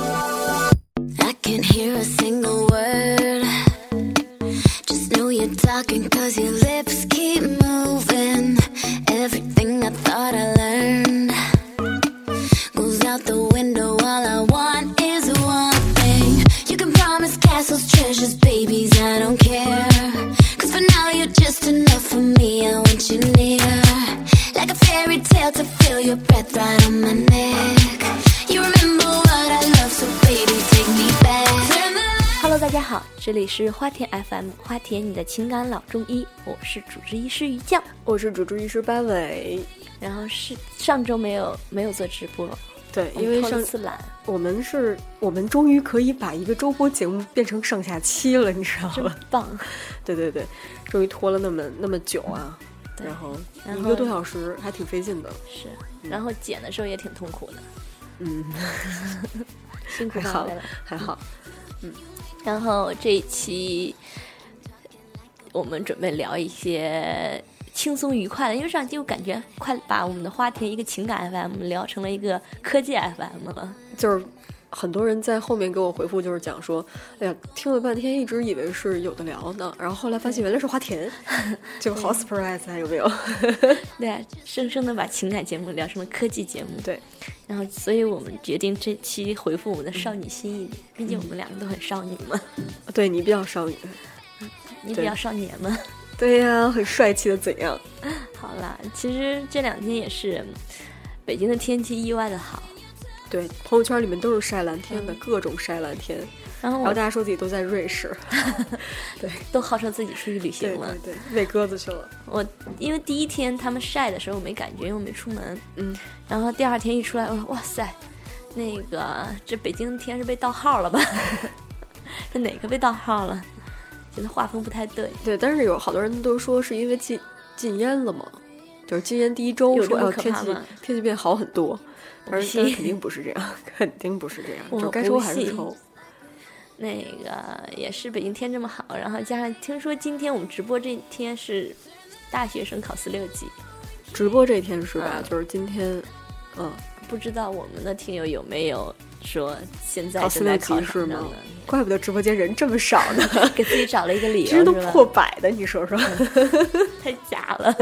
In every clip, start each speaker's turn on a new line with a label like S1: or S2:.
S1: I can't hear a single word. Just know you're talking cause your lips keep moving. Everything I thought I learned goes out the window. All I want is one thing. You can promise castles, treasures, babies, I don't care. Cause for now you're just enough for me. I want you near. Like a fairy tale to feel your breath right on my neck. You remember what I love, so baby, take me back. Turn the
S2: Hello，大家好，这里是花田 FM，花田你的情感老中医，我是主治医师于酱。
S3: 我是主治医师班伟。
S2: 然后是上周没有没有做直播，
S3: 对，
S2: 我
S3: 因为
S2: 偷了
S3: 上
S2: 次懒，
S3: 我们是，我们终于可以把一个周播节目变成上下期了，你知道
S2: 真
S3: 吧？
S2: 棒。
S3: 对对对，终于拖了那么那么久啊，
S2: 对
S3: 然后
S2: 然
S3: 一
S2: 后
S3: 个多小时，还挺费劲的。
S2: 是，然后剪的时候也挺痛苦的，
S3: 嗯，
S2: 辛苦
S3: 还
S2: 各
S3: 好
S2: 位了。
S3: 还好。
S2: 然后这一期我们准备聊一些轻松愉快的，因为上期我感觉快把我们的花田一个情感 FM 聊成了一个科技 FM 了。
S3: 就是很多人在后面给我回复，就是讲说，哎呀，听了半天，一直以为是有的聊呢，然后后来发现原来是花 田，就好 surprise 还有没有？
S2: 对啊，生生的把情感节目聊成了科技节目。
S3: 对，
S2: 然后，所以我们决定这期回复我们的少女心意，毕竟我们两个都很少女嘛。
S3: 对你比较少女，
S2: 你比
S3: 对
S2: 较少年嘛。
S3: 对呀，很帅气的怎样？
S2: 好啦，其实这两天也是，北京的天气意外的好。
S3: 对，朋友圈里面都是晒蓝天的，
S2: 嗯
S3: 各种晒蓝天。
S2: 然后
S3: 然后
S2: 我
S3: 大家说自己都在 瑞士，
S2: 都号称自己出去旅行
S3: 对
S2: 了
S3: 对。对，喂鸽子去了。
S2: 我因为第一天他们晒的时候我没感觉，因为我没出门。
S3: 嗯，
S2: 然后第二天一出来，我说哇塞，那个这北京的天是被盗号了吧？ 这哪个被盗号了？觉得画风不太对。
S3: 对，但是有好多人都说是因为禁禁烟了嘛，就是禁烟第一周
S2: 有
S3: 说
S2: 这么
S3: 啊
S2: 可
S3: 天
S2: 怕
S3: 气
S2: 吗
S3: 天气变好很多，但是
S2: 我
S3: 但
S2: 信
S3: 是肯定不是这样，肯定不是这样，
S2: 我
S3: 就该
S2: 不
S3: 抽还是
S2: 信
S3: 抽。
S2: 那个也是北京天这么好，然后加上听说今天我们直播这一天是大学生考四六级，
S3: 直播这天是吧？
S2: 嗯
S3: 就是今天，嗯，
S2: 不知道我们的听友有没有说现在
S3: 考四
S2: 正
S3: 六
S2: 在考
S3: 级
S2: 场
S3: 是
S2: 上
S3: 吗
S2: 呢？？
S3: 怪不得直播间人这么少呢，
S2: 给自己找了一 嗯个理由，
S3: 这都
S2: 是吧
S3: 破百的，你说说？
S2: 太假了。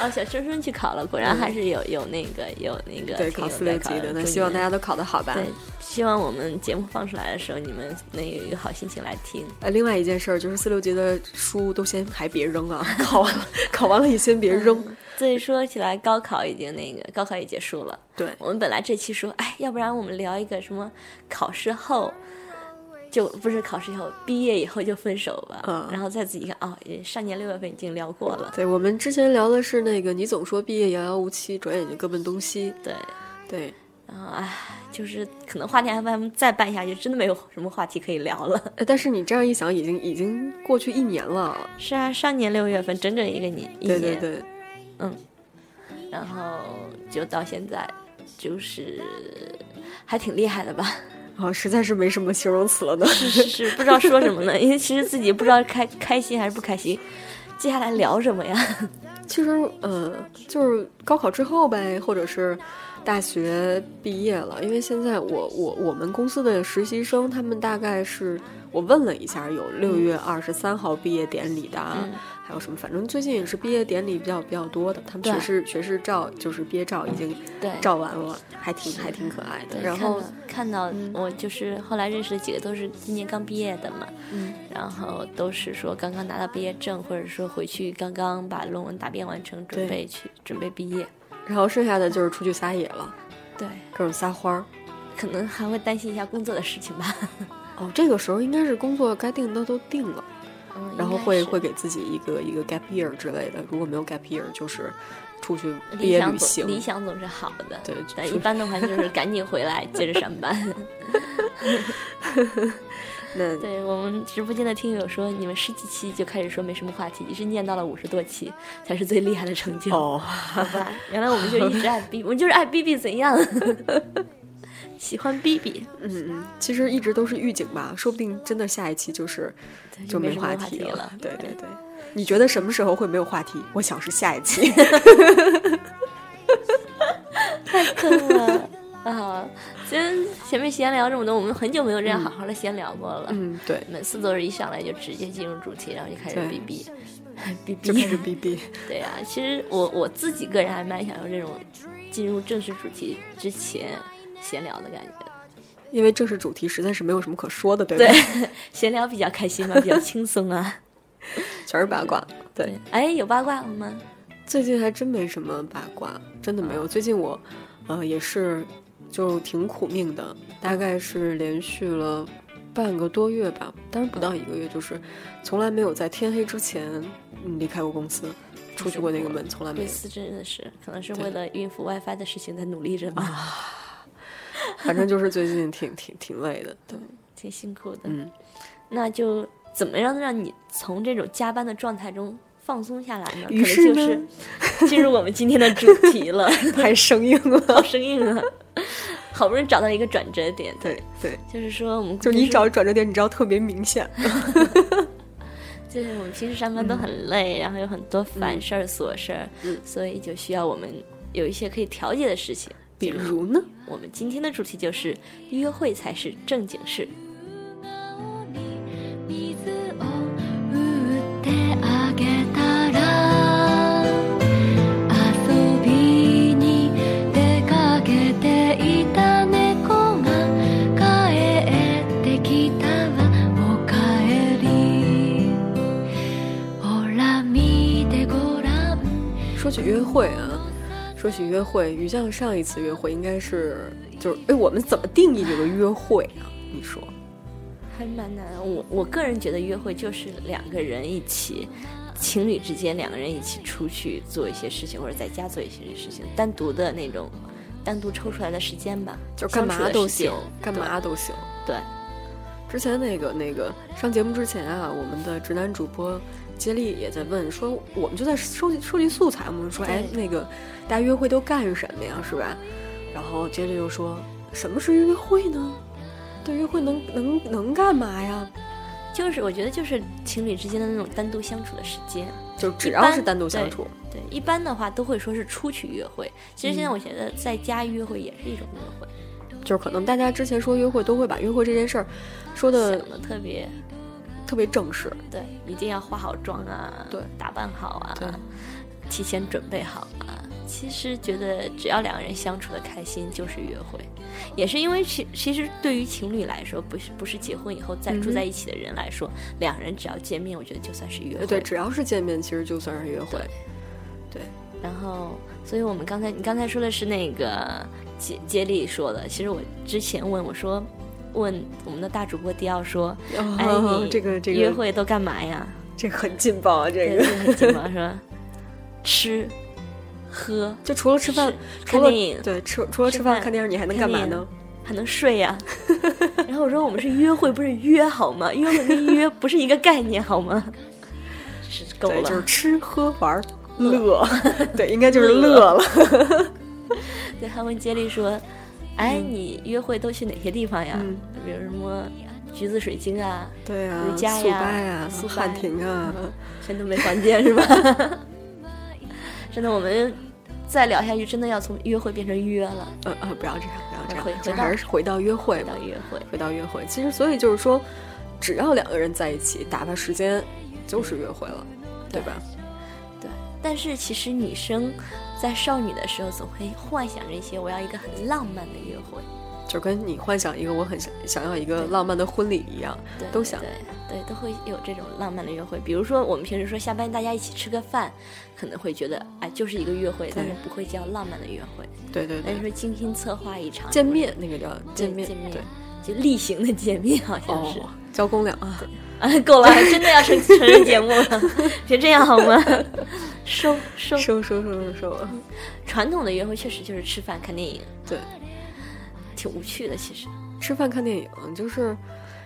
S2: 哦，小生生去考了，果然还是有有那个有那个
S3: 嗯对，
S2: 听
S3: 考
S2: 友
S3: 四六
S2: 在考
S3: 级的，那
S2: 中
S3: 希望大
S2: 年
S3: 家都考得好吧。
S2: 对，希望我们节目放出来的时候，你们能有一个好心情来听。
S3: 呃，另外一件事儿就是四六级的书都先还别扔 啊，考完了考完了也先别扔。
S2: 所以说起来，高考已经那个高考也结束了。
S3: 对，
S2: 我们本来这期说，哎，要不然我们聊一个什么考试后，就不是考试以后，毕业以后就分手吧。
S3: 嗯
S2: 然后再仔细看，哦，也上年六月份已经聊过了。
S3: 对我们之前聊的是那个，你总说毕业遥遥无期，转眼就各奔东西。
S2: 对，
S3: 对，
S2: 然后哎，就是可能话题 FM 再办下去，真的没有什么话题可以聊了。
S3: 呃但是你这样一想，已经已经过去一年了。
S2: 是啊，上年六月份整整一个年，一
S3: 对
S2: 年，
S3: 对对，
S2: 然后就到现在，就是还挺厉害的吧。
S3: 啊，实在是没什么形容词 了呢。
S2: 是是，不知道说什么呢，因为其实自己不知道开开心还是不开心。接下来聊什么呀？
S3: 其实，呃，就是高考之后呗，或者是大学毕业了。因为现在我我我们公司的实习生，他们大概是我问了一下，有六月二十三号毕业典礼的，
S2: 嗯
S3: 还有什么，反正最近也是毕业典礼比较比较多的。他们
S2: 对
S3: 学士学士照就是毕业照已经
S2: 对
S3: 照完了，还挺还挺可爱的。
S2: 对
S3: 然后
S2: 看到嗯看到我就是后来认识的几个都是今年刚毕业的嘛，
S3: 嗯，
S2: 然后都是说刚刚拿到毕业证，或者说回去刚刚把论文答辩完成，准
S3: 对
S2: 备去准备毕业。
S3: 然后剩下的就是出去撒野了，
S2: 对，
S3: 各种撒欢儿。
S2: 可能还会担心一下工作的事情吧。
S3: 哦，这个时候应该是工作该定的都定了。
S2: 嗯，
S3: 然
S2: 应
S3: 后
S2: 该
S3: 会
S2: 是
S3: 会给自己一个一个 gap year 之类的。如果没有 gap year，就是出去
S2: 理
S3: 毕业
S2: 想
S3: 旅
S2: 总理
S3: 行。
S2: 想总是好的，
S3: 对
S2: 但
S3: 就
S2: 一般的 话就是赶紧回来接着上班。
S3: 那
S2: 对我们直播间的听友说，你们十几期就开始说没什么话题，一直念到了五十多期才是最厉害的成就，
S3: 哦，
S2: 好吧？原来我们就一直爱逼，我们就是爱逼逼怎样？ 喜欢逼逼
S3: 嗯嗯，其实一直都是预警吧，说不定真的下一期就是
S2: 对
S3: 就
S2: 没
S3: 没
S2: 什么
S3: 话
S2: 话
S3: 题
S2: 题了。
S3: 对对对，你觉得什么时候会没有话题？我想是下一 期。
S2: 太坑
S3: 嗯
S2: 了 啊！真前面闲聊这么多，我们很久没有这样好好的闲聊过了。
S3: 嗯， 对，
S2: 每次都是一上来就直接进入主题，然后就开始
S3: 对
S2: BB
S3: 就开始
S2: BB。
S3: BB。
S2: 对啊，其实我我自己个人还蛮享受这种进入正式主题之前闲聊的感觉。
S3: 因为正式主题实在是没有什么可说的，对吧？
S2: 对， 闲聊比较开心嘛，比较轻松啊。
S3: 全是八卦。对，
S2: 哎，有八卦吗？
S3: 最近还真没什么八卦，真的没有。最近我，呃，也是就挺苦命的，大概是连续了半个多月吧，当然不到一个月，就是从来没有在天黑之前嗯离开过公司，出去过那个门，从来没
S2: 瑞
S3: 有。
S2: 思真的是，可能是
S3: 对啊
S2: 为了孕妇 WiFi 的事情在努力着吧，
S3: 反正就是最近挺挺挺累的。 对，
S2: 挺辛苦的。
S3: 嗯，
S2: 那就怎么样让你从这种加班的状态中放松下来呢？可
S3: 于
S2: 能
S3: 是
S2: 就
S3: 呢
S2: 是进入我们今天的主题了，
S3: 太生硬
S2: 好
S3: 了。
S2: 生硬啊！ 好不容易找到一个转折点，
S3: 对对，
S2: 就是说我们
S3: 就
S2: 平
S3: 你
S2: 时
S3: 找转折点，你知道特别明显。
S2: 就是我们平时上班都很
S3: 嗯
S2: 累，然后有很多烦事儿、琐事儿，所以就需要我们有一些可以调节的事情。
S3: 比如呢？
S2: 我们今天的主题就是约会才是正经事。
S1: 水を打ってあげたら遊びに出かけていた猫が帰ってきたわおかえりほら見てごらん
S3: 说起约会啊，说起约会，于酱上一次约会应该是就是哎，我们怎么定义这个约会啊？你说，
S2: 还蛮难的。我我个人觉得约会就是两个人一起，情侣之间两个人一起出去做一些事情，或者在家做一些事情，单独的那种，单独抽出来的时间吧，
S3: 就是干
S2: 相处
S3: 嘛
S2: 的
S3: 都
S2: 时间
S3: 行，干嘛都行。
S2: 对。
S3: 之前那个那个上节目之前啊，我们的直男主播接力也在问说，我们就在收集收集素材，我们说哎，那个大家约会都干什么呀，是吧？然后接力就说，什么是约会呢？对，约会能能能干嘛呀？
S2: 就是我觉得就是情侣之间的那种单独相处的时间，
S3: 就只
S2: 一
S3: 要
S2: 般
S3: 是单独相
S2: 对
S3: 处，
S2: 对，一般的话都会说是出去约会。其实
S3: 嗯
S2: 现在我觉得在家约会也是一种约会，
S3: 就是可能大家之前说约会都会把约会这件事儿说的
S2: 想的特别
S3: 特别正式，
S2: 对，一定要化好妆啊，
S3: 对
S2: 打扮好啊
S3: 对，
S2: 提前准备好啊。其实觉得只要两个人相处的开心就是约会，也是因为其其实对于情侣来说，不是不是结婚以后再
S3: 嗯
S2: 住
S3: 哼
S2: 在一起的人来说，两人只要见面，我觉得就算是约会。
S3: 呃对，只要是见面，其实就算是约会。
S2: 然后，所以我们刚才你刚才说的是那个接接力说的，其实我之前问我说，问我们的大主播迪奥说，哎，
S3: 哦
S2: 你，
S3: 这个这
S2: 约
S3: 个
S2: 会都干嘛呀？
S3: 这个很劲爆啊！这
S2: 对，就
S3: 个
S2: 很紧忙说， 吃、喝、
S3: 就除了吃饭，除
S2: 看
S3: 了
S2: 电影
S3: 对，除除了吃
S2: 吃
S3: 饭
S2: 饭
S3: 看电影，你还能干
S2: 看
S3: 嘛
S2: 电影
S3: 呢？
S2: 还能睡呀、 然后我说我们是约会，不是约好吗？约会跟约不是一个概念好吗？是够
S3: 对，
S2: 了，
S3: 就是吃喝玩儿乐， 对，应该就是乐了。
S2: 对，他问接力说：“哎，你约会都去哪些地方呀？
S3: 嗯
S2: 比如什么橘子水晶啊，
S3: 对啊，
S2: 儒家呀
S3: 速八呀，
S2: 嗯
S3: 苏汉庭啊，
S2: 全都没房间是吧？” 真的，我们再聊下去，真的要从约会变成约了，
S3: 呃呃，不要这样，不要这样，
S2: 回
S3: 就
S2: 回到
S3: 还是回到约会吧
S2: 到，约会。
S3: 回到约会。其实，所以就是说，只要两个人在一起，打发时间就是约会了，对吧？
S2: 对，但是其实女生在少女的时候，总会幻想着一些我要一个很浪漫的约会，
S3: 就跟你幻想一个我很想想要一个浪漫的婚礼一样，
S2: 对，
S3: 都想
S2: 对对，都会有这种浪漫的约会。比如说我们平时说下班大家一起吃个饭，可能会觉得哎就是一个约会，但是不会叫浪漫的约会。
S3: 对对
S2: 但
S3: 对
S2: 是，说精心策划一场
S3: 见面那个叫
S2: 哎对
S3: 见面，
S2: 见面
S3: 对，
S2: 就例行的见面好像
S3: 哦
S2: 是。，
S3: 交公粮啊，
S2: 啊，够了，真的要成成人节目 了，别这样好吗？收收。
S3: 收收收收收，
S2: 嗯传统的约会确实就是吃饭看电影，
S3: 对，
S2: 挺无趣的。其实，
S3: 吃饭看电影就是。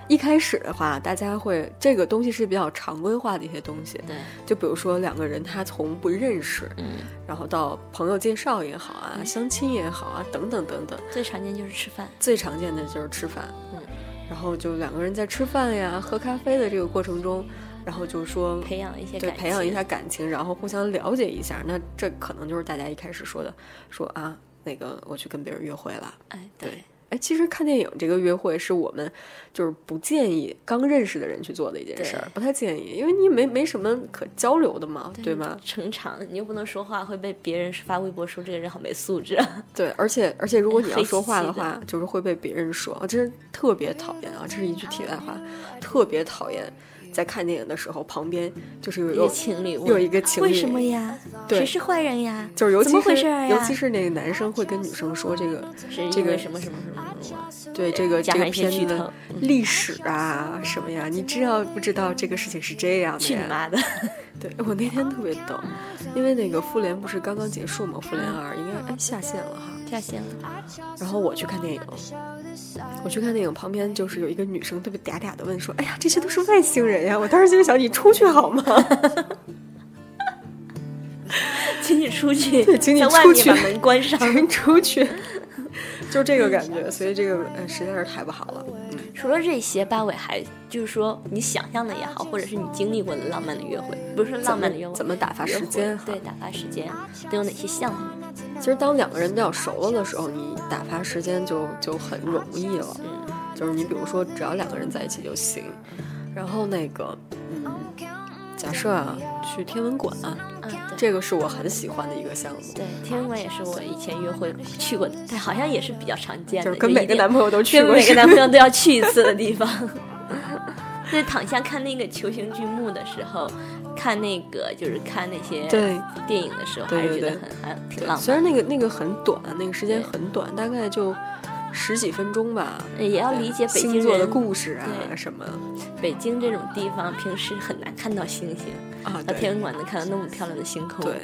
S3: 一开始的话，大家会这个东西是比较常规化的一些东西，
S2: 对，
S3: 就比如说两个人他从不认识，
S2: 嗯，
S3: 然后到朋友介绍也好啊，相亲也好啊，等等等等，
S2: 最常见就是吃饭。
S3: 最常见的就是吃饭，
S2: 嗯，
S3: 然后就两个人在吃饭呀、喝咖啡的这个过程中，然后就说
S2: 培养一些
S3: 对
S2: 感
S3: 培养一
S2: 情
S3: 下感情，然后互相了解一下。那这可能就是大家一开始说的，说啊，那个我去跟别人约会了。
S2: 哎，
S3: 对，哎，其实看电影这个约会是我们就是不建议刚认识的人去做的一件事儿
S2: 对，
S3: 不太建议，因为你也没没什么可交流的嘛，对吗？
S2: 成长，你又不能说话，会被别人发微博说这个人好没素质。啊
S3: 对，而且而且，如果你要
S2: 黑
S3: 说
S2: 漆
S3: 话
S2: 漆的
S3: 的话，就是会被别人说，真是特别讨厌啊！这是一句题外话，特别讨厌在看电影的时候，旁边就是有
S2: 一
S3: 有
S2: 个情侣问，
S3: 有一个情侣，
S2: 为什么呀？
S3: 对
S2: 谁是坏人呀？
S3: 就是尤
S2: 怎
S3: 其
S2: 么回
S3: 是
S2: 事儿呀？
S3: 尤其是那个男生会跟女生说这个
S2: 是
S3: 这
S2: 因为
S3: 个
S2: 什么什么什么什么，
S3: 对这个
S2: 加
S3: 这
S2: 上
S3: 个
S2: 一些
S3: 片
S2: 剧
S3: 子
S2: 透嗯
S3: 的历史啊什么呀，你知道不知道这个事情是这样的
S2: 去你
S3: 呀？
S2: 妈的！
S3: 对我那天特别逗，因为那个复联不是刚刚结束嘛，复联二应该哎下线 了哈。
S2: 下线了，
S3: 然后我去看电影，我去看电影，旁边就是有一个女生特别嗲嗲的问说：“哎呀，这些都是外星人呀！”我当时心里想：“你出去好吗
S2: 请你出去，
S3: 对请你
S2: 在外
S3: 出
S2: 面
S3: 去
S2: 把门关上。？”
S3: 人出去， 就这个感觉，所以这个呃实在是太不好了。
S2: 除了这些，八尾还就是说你想象的也好，或者是你经历过的浪漫的约会，不是说浪漫的约会，
S3: 怎么打发
S2: 约
S3: 时
S2: 会
S3: 间哈
S2: 对，打发时间都有哪些项目？
S3: 其实当两个人比较熟了的时候，你打发时间就就很容易了。
S2: 嗯
S3: 就是你比如说，只要两个人在一起就行。然后那个，嗯，假设啊，去天文馆、啊
S2: 嗯，对。
S3: 这个是我很喜欢的一个项目，
S2: 对，天文馆也是我以前约会去过的，但好像也是比较常见的，
S3: 就是跟
S2: 就一
S3: 每个
S2: 定
S3: 男朋友都去
S2: 跟
S3: 过
S2: 每个
S3: 是吧
S2: 男朋友都要去一次的地方。 就是躺下看那个球形巨幕的时候，看那个就是看那些
S3: 对
S2: 电影的时候，
S3: 对
S2: 还是觉
S3: 对
S2: 得很还挺
S3: 对
S2: 浪
S3: 虽
S2: 漫
S3: 然那个那个很短，那个时间
S2: 对
S3: 很短，大概就十几分钟吧。
S2: 呃。也要
S3: 对
S2: 理解北
S3: 星
S2: 京
S3: 座的
S2: 人，
S3: 故事啊
S2: 对
S3: 什么
S2: 北京这种地方平时很难看到星星，
S3: 啊，
S2: 到天
S3: 对
S2: 文馆能看到那么漂亮的星空，
S3: 对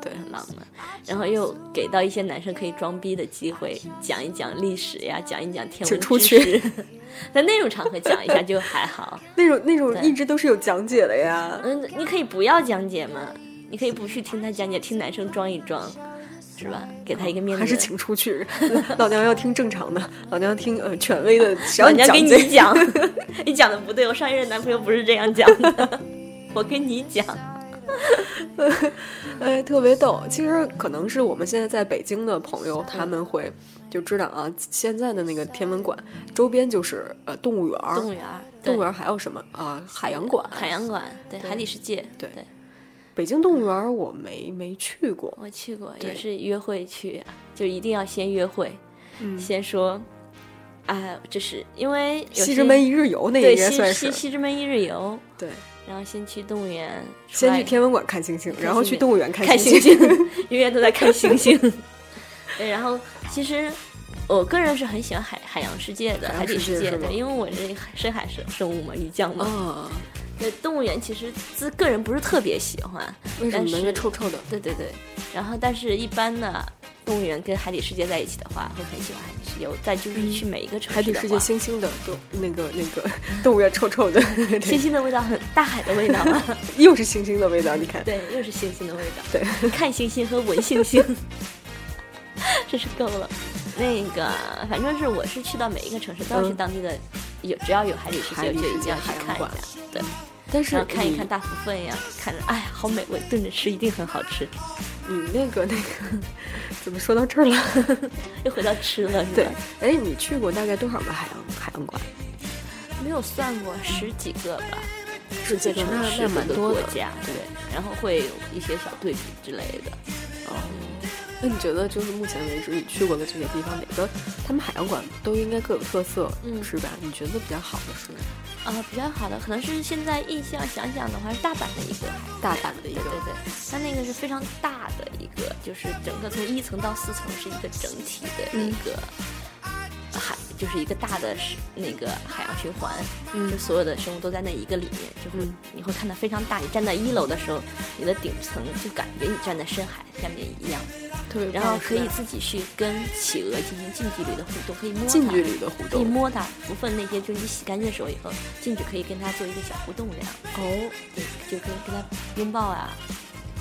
S3: 对
S2: 很浪漫。然后又给到一些男生可以装逼的机会，讲一讲历史呀，讲一讲天
S3: 请
S2: 文
S3: 出
S2: 知识。在 那种场合讲一下就还好。
S3: 那种那种
S2: 对
S3: 一直都是有讲解的呀。
S2: 嗯，你可以不要讲解嘛，你可以不去听他讲解，听男生装一装，是吧？给他一个面子，
S3: 还是请 出去，老娘要听正常的，老娘要听呃权威的，谁
S2: 老
S3: 要你
S2: 娘
S3: 讲
S2: 跟你
S3: 这
S2: 讲， 你讲的不对，我上一任男朋友不是这样讲的，我跟你讲，
S3: 哎，特别逗。其实可能是我们现在在北京的朋友，他们会就知道啊，现在的那个天文馆周边就是呃动物园儿，
S2: 动物园儿，
S3: 动
S2: 对
S3: 物园儿还有什么啊、海洋馆，
S2: 海洋馆，对，海底世界，
S3: 对
S2: 对，
S3: 北京动物园儿我没没去过，
S2: 我去过，
S3: 对
S2: 也是约会去，就一定要先约会，
S3: 嗯
S2: 先说，啊，这是因为有
S3: 西
S2: 些
S3: 直门一日游那
S2: 对
S3: 应该
S2: 西
S3: 算
S2: 西
S3: 是
S2: 西直门一日游，
S3: 对，
S2: 然后先去动物园，出
S3: 先
S2: 来
S3: 去天文馆看星星，然后去
S2: 星
S3: 动物园看
S2: 看
S3: 星
S2: 星星， 永远都在看星星。 对，然后其实我个人是很喜欢海海洋世界的
S3: 海洋
S2: 海底
S3: 世界
S2: 世界
S3: 是吗哦
S2: 的，因为我是深海生生物嘛，鱼酱嘛。
S3: 啊，
S2: 对，动物园其实自个人不是特别喜欢，
S3: 为什
S2: 但
S3: 么呢？
S2: 是
S3: 那臭臭 的，
S2: 对对对。然后，但是一般呢，动物园跟海底世界在一起的话，会很喜欢海底世界。我再就是去每一个城
S3: 嗯海
S2: 市
S3: 底
S2: 的
S3: 世
S2: 话，
S3: 界星星的动那个那个动物园臭 臭的，
S2: 星星的味道很大海的味道嘛，
S3: 又是星星的味道，你看。
S2: 对，又是星星的味道。
S3: 对，
S2: 看星星和闻星 星，真是够了。那个，反正是我是去到每一个城市，都要去
S3: 嗯
S2: 当地的，有只要有海底世
S3: 海
S2: 界，我
S3: 底
S2: 就
S3: 世
S2: 一定
S3: 界
S2: 要去
S3: 海洋
S2: 看一
S3: 馆
S2: 下。对，
S3: 但是
S2: 然后嗯看一
S3: 你
S2: 看大福分呀，看着哎呀，好美味，炖着吃一定很好吃。
S3: 你那个那个，怎么说到这儿了？
S2: 又回到吃了，是
S3: 对
S2: 吧？，
S3: 哎，你去过大概多少个海洋海洋馆？
S2: 没有算过十几个吧，
S3: 世界
S2: 城
S3: 嗯那
S2: 市
S3: 那
S2: 各
S3: 蛮
S2: 个
S3: 多
S2: 国
S3: 的。
S2: 家，对。然后会有一些小对比之类的。
S3: 那你觉得就是目前为止你去过的这些地方，哪个他们海洋馆都应该各有特色，
S2: 嗯
S3: 是吧？你觉得比较好的是
S2: 啊、比较好的可能是现在印象想想的话，是大阪的一个海
S3: 大阪的一个
S2: 对对对，它那个是非常大的一个，就是整个从一层到四层是一个整体的一个海，就是一个大的是那个海洋循环，
S3: 嗯
S2: 就所有的生物都在那一个里面，就会、
S3: 嗯
S2: 你会看到非常大。你站在一楼的时候，你的顶层就感觉你站在深海下面一样，
S3: 特别
S2: 然后
S3: 棒是
S2: 可以
S3: 吧
S2: 自己去跟企鹅进行近距离的互动，可以摸它。
S3: 近距离的互
S2: 可以
S3: 动
S2: 摸它，不分那些，就是你洗干净手以后，进去可以跟它做一个小互动这样。
S3: 哦，
S2: 对，就可以跟它拥抱啊、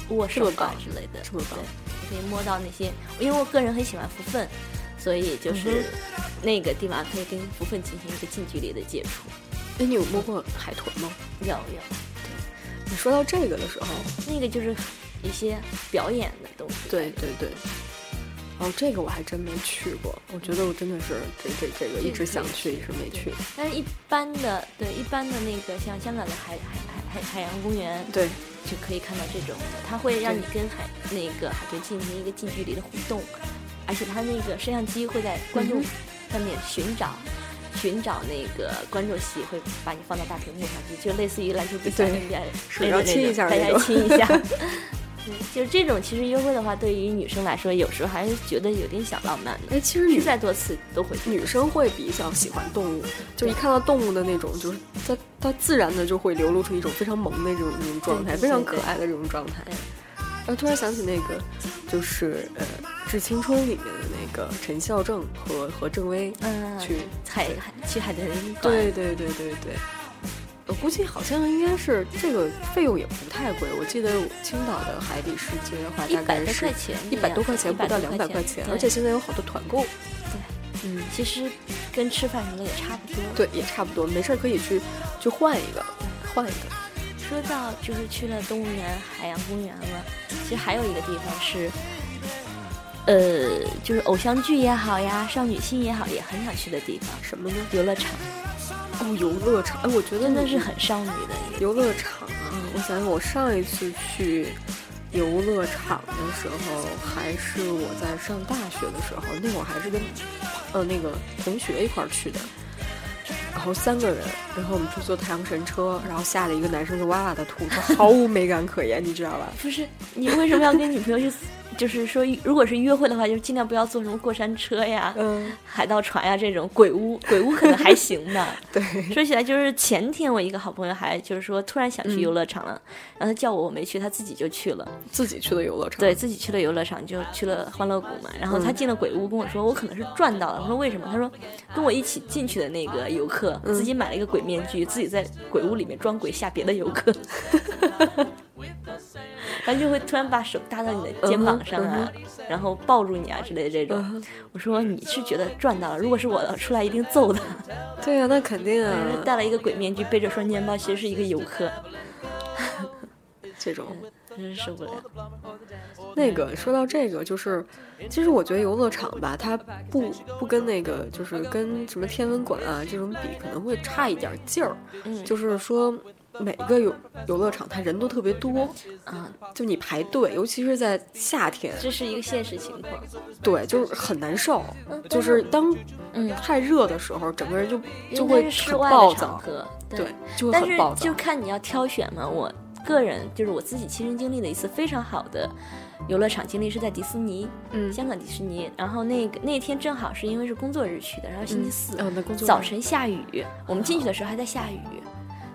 S2: 握手
S3: 这么
S2: 啊
S3: 棒
S2: 之类的，
S3: 这么棒
S2: 对，可以摸到那些，因为我个人很喜欢福分，所以
S3: 嗯
S2: 就是那个地方可以跟福分进行一个近距离的接触。
S3: 哎，你有摸过海豚吗？
S2: 有有，
S3: 你说到这个的时候，
S2: 那个就是一些表演的东西。
S3: 对对对，哦，这个我还真没去过，我觉得我真的是这这这个一直想去，一直没去。
S2: 但是一般的，对一般的那个像香港的海海海海海洋公园，
S3: 对，
S2: 就可以看到这种的，它会让你跟海那个海豚进行一个近距离的互动，而且它那个摄像机会在观众
S3: 嗯
S2: 上面寻找。寻找那个观众席，会把你放到大屏幕上去，就类似于篮球比赛
S3: 对
S2: NBA
S3: 手
S2: 那
S3: 要
S2: 种
S3: 亲一下
S2: 大
S3: 那
S2: 家
S3: 种
S2: 亲一 下。嗯就是这种，其实约会的话，对于女生来说，有时候还是觉得有点小浪漫的。
S3: 哎，其实
S2: 去
S3: 女
S2: 再多次都会去。
S3: 女生会比较喜欢动物，就一看到动物的那种，就是它它自然的就会流露出一种非常萌的这种这种状
S2: 对
S3: 态，
S2: 对
S3: 非常可爱的这种状态
S2: 对。
S3: 然后突然想起那个，就是呃《致青春》里面的那个陈孝正和和郑微
S2: 嗯，
S3: 去，
S2: 海海去海豚馆，
S3: 对对对对对。我估计好像应该是这个费用也不太贵，我记得青岛的海底世界的话，
S2: 一
S3: 大
S2: 百
S3: 概
S2: 多
S3: 是
S2: 块钱
S3: 一
S2: 这样，
S3: 百多块钱，不到两
S2: 100
S3: 百
S2: 多块
S3: 块
S2: 钱
S3: 钱，，而且
S2: 对
S3: 现在有好多团购。嗯，
S2: 其实跟吃饭什么的也差不多。
S3: 对，也差不多，没事儿可以去去换一个，换一个。
S2: 说到就是去了动物园、海洋公园了，其实还有一个地方是，呃，就是偶像剧也好呀，少女心也好，也很想去的地方，
S3: 什么呢？
S2: 游乐场，
S3: 哦，游乐场，哎，我觉得
S2: 真的
S3: 你
S2: 是很少女的一个。
S3: 游乐场啊！我想想，我上一次去游乐场的时候，还是我在上大学的时候，那会儿还是跟呃那个同学一块儿去的。然后三个人，然后我们去坐太阳神车，然后吓得一个男生就哇哇的吐，就毫无美感可言，你知道 吧？
S2: 不是你为什么要跟女朋友去？ 就是说，如果是约会的话，就尽量不要坐什么过山车呀、
S3: 嗯，
S2: 海盗船呀这种。鬼屋，鬼屋可能还行 吧。
S3: 对，
S2: 说起来，就是前天我一个好朋友还就是说突然想去游乐场了，然后他叫我，我没去，他自己就去了，
S3: 自己去的游乐场，
S2: 对，自己去了游乐场，就去了欢乐谷嘛。然后他
S3: 嗯
S2: 进了鬼屋，跟我说我可能是赚到了。我说为什么？他说跟我一起进去的那个游客自己买了一个鬼面具，自己在鬼屋里面装鬼吓别的游客，然后就会突然把手搭到你的肩膀上啊，然后抱住你啊之类的这
S3: 嗯
S2: 种。我说你是觉得赚到了，如果是我的出来一定揍他。
S3: 对呀、那肯定啊，
S2: 戴了一个鬼面具，背着双肩包，其实是一个游客，
S3: 这种。
S2: 真是受不了。
S3: 那个说到这个，就是其实我觉得游乐场吧，它不不跟那个就是跟什么天文馆啊这种比，可能会差一点劲儿。
S2: 嗯
S3: 就是说每个游游乐场它人都特别多，
S2: 啊，
S3: 就你排队，尤其是在夏天，
S2: 这是一个现实情况。
S3: 对，就是很难受。
S2: 嗯但
S3: 就是当
S2: 嗯，
S3: 太热的时候，整个人就就
S2: 因为
S3: 会
S2: 它是室
S3: 很
S2: 外
S3: 暴
S2: 的场
S3: 躁，
S2: 合，
S3: 对，就会
S2: 但
S3: 很
S2: 是
S3: 暴躁
S2: 就。看你要挑选嘛。我个人就是我自己亲身经历的一次非常好的游乐场经历是在迪士尼，
S3: 嗯
S2: 香港迪士尼。然后那个那天正好是因为是工作日去的，然后星期四、
S3: 啊，那工作
S2: 早
S3: 日
S2: 晨下雨，我们进去的时候还在下雨。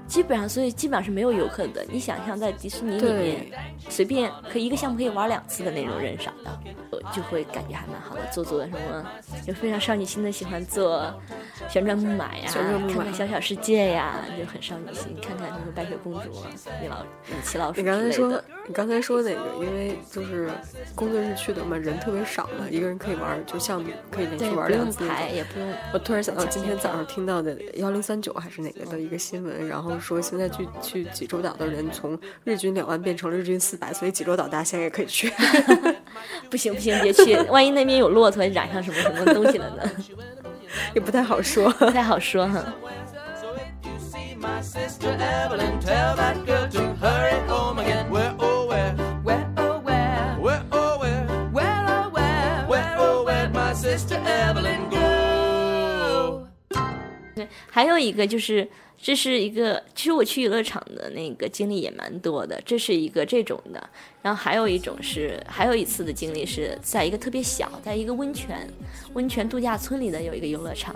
S2: 基本上，所以基本上是没有游客的。你想象在迪士尼里面
S3: 对，
S2: 随便可以一个项目可以玩两次的那种人少的，我就会感觉还蛮好的。做做什么，就非常少女心的喜欢做旋转木马呀，
S3: 旋转木马
S2: 看看小小世界呀，就很少女心。看看什么白雪公主啊、米老米奇老鼠
S3: 你
S2: 之
S3: 刚才
S2: 类
S3: 说
S2: 的。，
S3: 你刚才说那个，因为就是工作日去的嘛，人特别少嘛，一个人可以玩儿，就项目可以连
S2: 对，
S3: 续玩儿
S2: 不
S3: 两
S2: 用
S3: 次那
S2: 排，
S3: 种。
S2: 也不用
S3: 我突然想到
S2: 抢
S3: 今
S2: 先
S3: 天早
S2: 票
S3: 上听到的幺零三九还是哪个的一个新闻，然后说现在去去济州岛的人从日均两万变成了日均四百，所以济州岛大家现在也可以去。
S2: 不行不行，别去， 万一那边有骆驼染上什么什么东西了呢？
S3: 也不太好说。
S2: 不太好说哈。
S4: So if you see my sister Evelyn, tell that girl to hurry home again. Where oh where?
S5: Where, oh, where,
S4: Where
S5: where,
S4: oh where?
S5: oh, where,
S4: Where oh where my sister Evelyn go?
S2: 还有一个就是，这是一个，其实我去游乐场的那个经历也蛮多的，这是一个这种的。然后还有一种是，还有一次的经历是在一个特别小，在一个温泉温泉度假村里的有一个游乐场，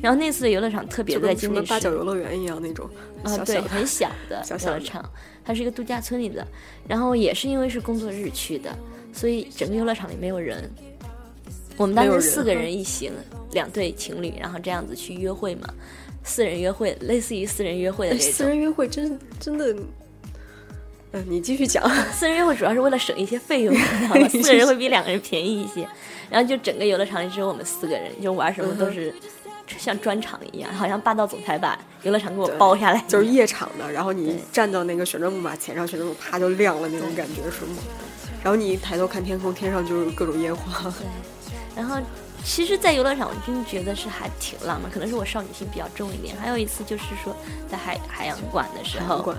S2: 然后那次的游乐场特别
S3: 就
S2: 的
S3: 跟什
S2: 经
S3: 么
S2: 历是
S3: 八角游乐园一样那种
S2: 啊，
S3: 小
S2: 对，
S3: 小的，
S2: 很小的
S3: 小
S2: 游
S3: 小
S2: 乐
S3: 的
S2: 场，它是一个度假村里的，然后也是因为是工作日去的，所以整个游乐场里没有人。我们当
S3: 没有
S2: 时
S3: 人
S2: 四个
S3: 哈
S2: 人一行，两对情侣，然后这样子去约会嘛，四人约会，类似于四人约会的这
S3: 私
S2: 种。
S3: 人约会真真的，嗯、哎你继续讲。
S2: 四人约会主要是为了省一些费用，你知道吗？ 四
S3: 嗯
S2: 个人会比两个人便宜一些。然后就整个游乐场里只有我们四个人，就玩什么都是像专场一样，好像霸道总裁版游乐场给我包下来，
S3: 就是夜场的，然后你站到那个旋转木马前上，旋转木马啪就亮了那种感觉是吗？然后你一抬头看天空，天上就是各种烟花。
S2: 然后，其实，在游乐场，我真觉得是还挺浪漫，可能是我少女心比较重一点。还有一次就是说，在海海洋馆的时 候，
S3: 管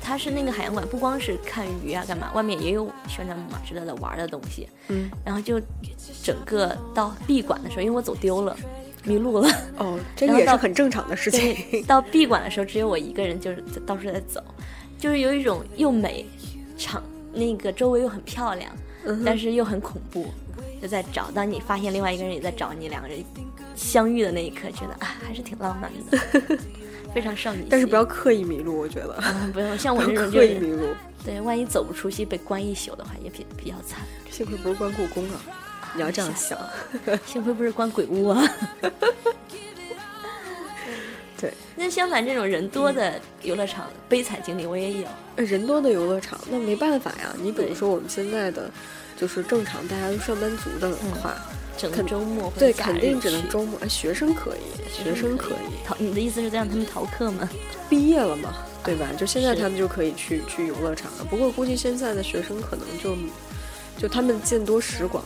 S2: 它是那个海洋馆，不光是看鱼啊，干嘛，外面也有旋转木马之类的玩的东西。
S3: 嗯，
S2: 然后就整个到闭馆的时候，因为我走丢了，迷路了。
S3: 哦，这
S2: 然后
S3: 也是
S2: 到
S3: 很正常的事
S2: 对，
S3: 情。
S2: 到闭馆的时候，只有我一个人，就是在到处在走，就是有一种又美，场那个周围又很漂亮，
S3: 嗯
S2: 但是又很恐怖，就在找。当你发现另外一个人也在找你，两个人相遇的那一刻，觉得啊，还是挺浪漫的， 非常少女心。
S3: 但是不要刻意迷路，我觉得
S2: 嗯，不要像我
S3: 不
S2: 这
S3: 要
S2: 种就
S3: 刻意迷
S2: 是
S3: 路。
S2: 对，万一走不出去被关一宿的话，也比比较 惨。
S3: 幸亏不是关故宫啊，你要这样想。
S2: 幸亏不是关鬼屋啊。
S3: 对，
S2: 那相反，这种人多的游乐场悲惨经历我也有。
S3: 哎人多的游乐场，那没办法呀。你比如
S2: 对
S3: 说我们现在的，就是正常大家都上班族的话，
S2: 整个
S3: 肯
S2: 周末或者
S3: 对，
S2: 假
S3: 肯
S2: 日
S3: 定只能
S2: 去
S3: 周末。哎，学生可以，学生可以。
S2: 逃。你的意思是在让他们逃课吗？
S3: 毕业了嘛，对吧？就现在
S2: 是
S3: 他们就可以去去游乐场了。不过估计现在的学生可能就就他们见多识广，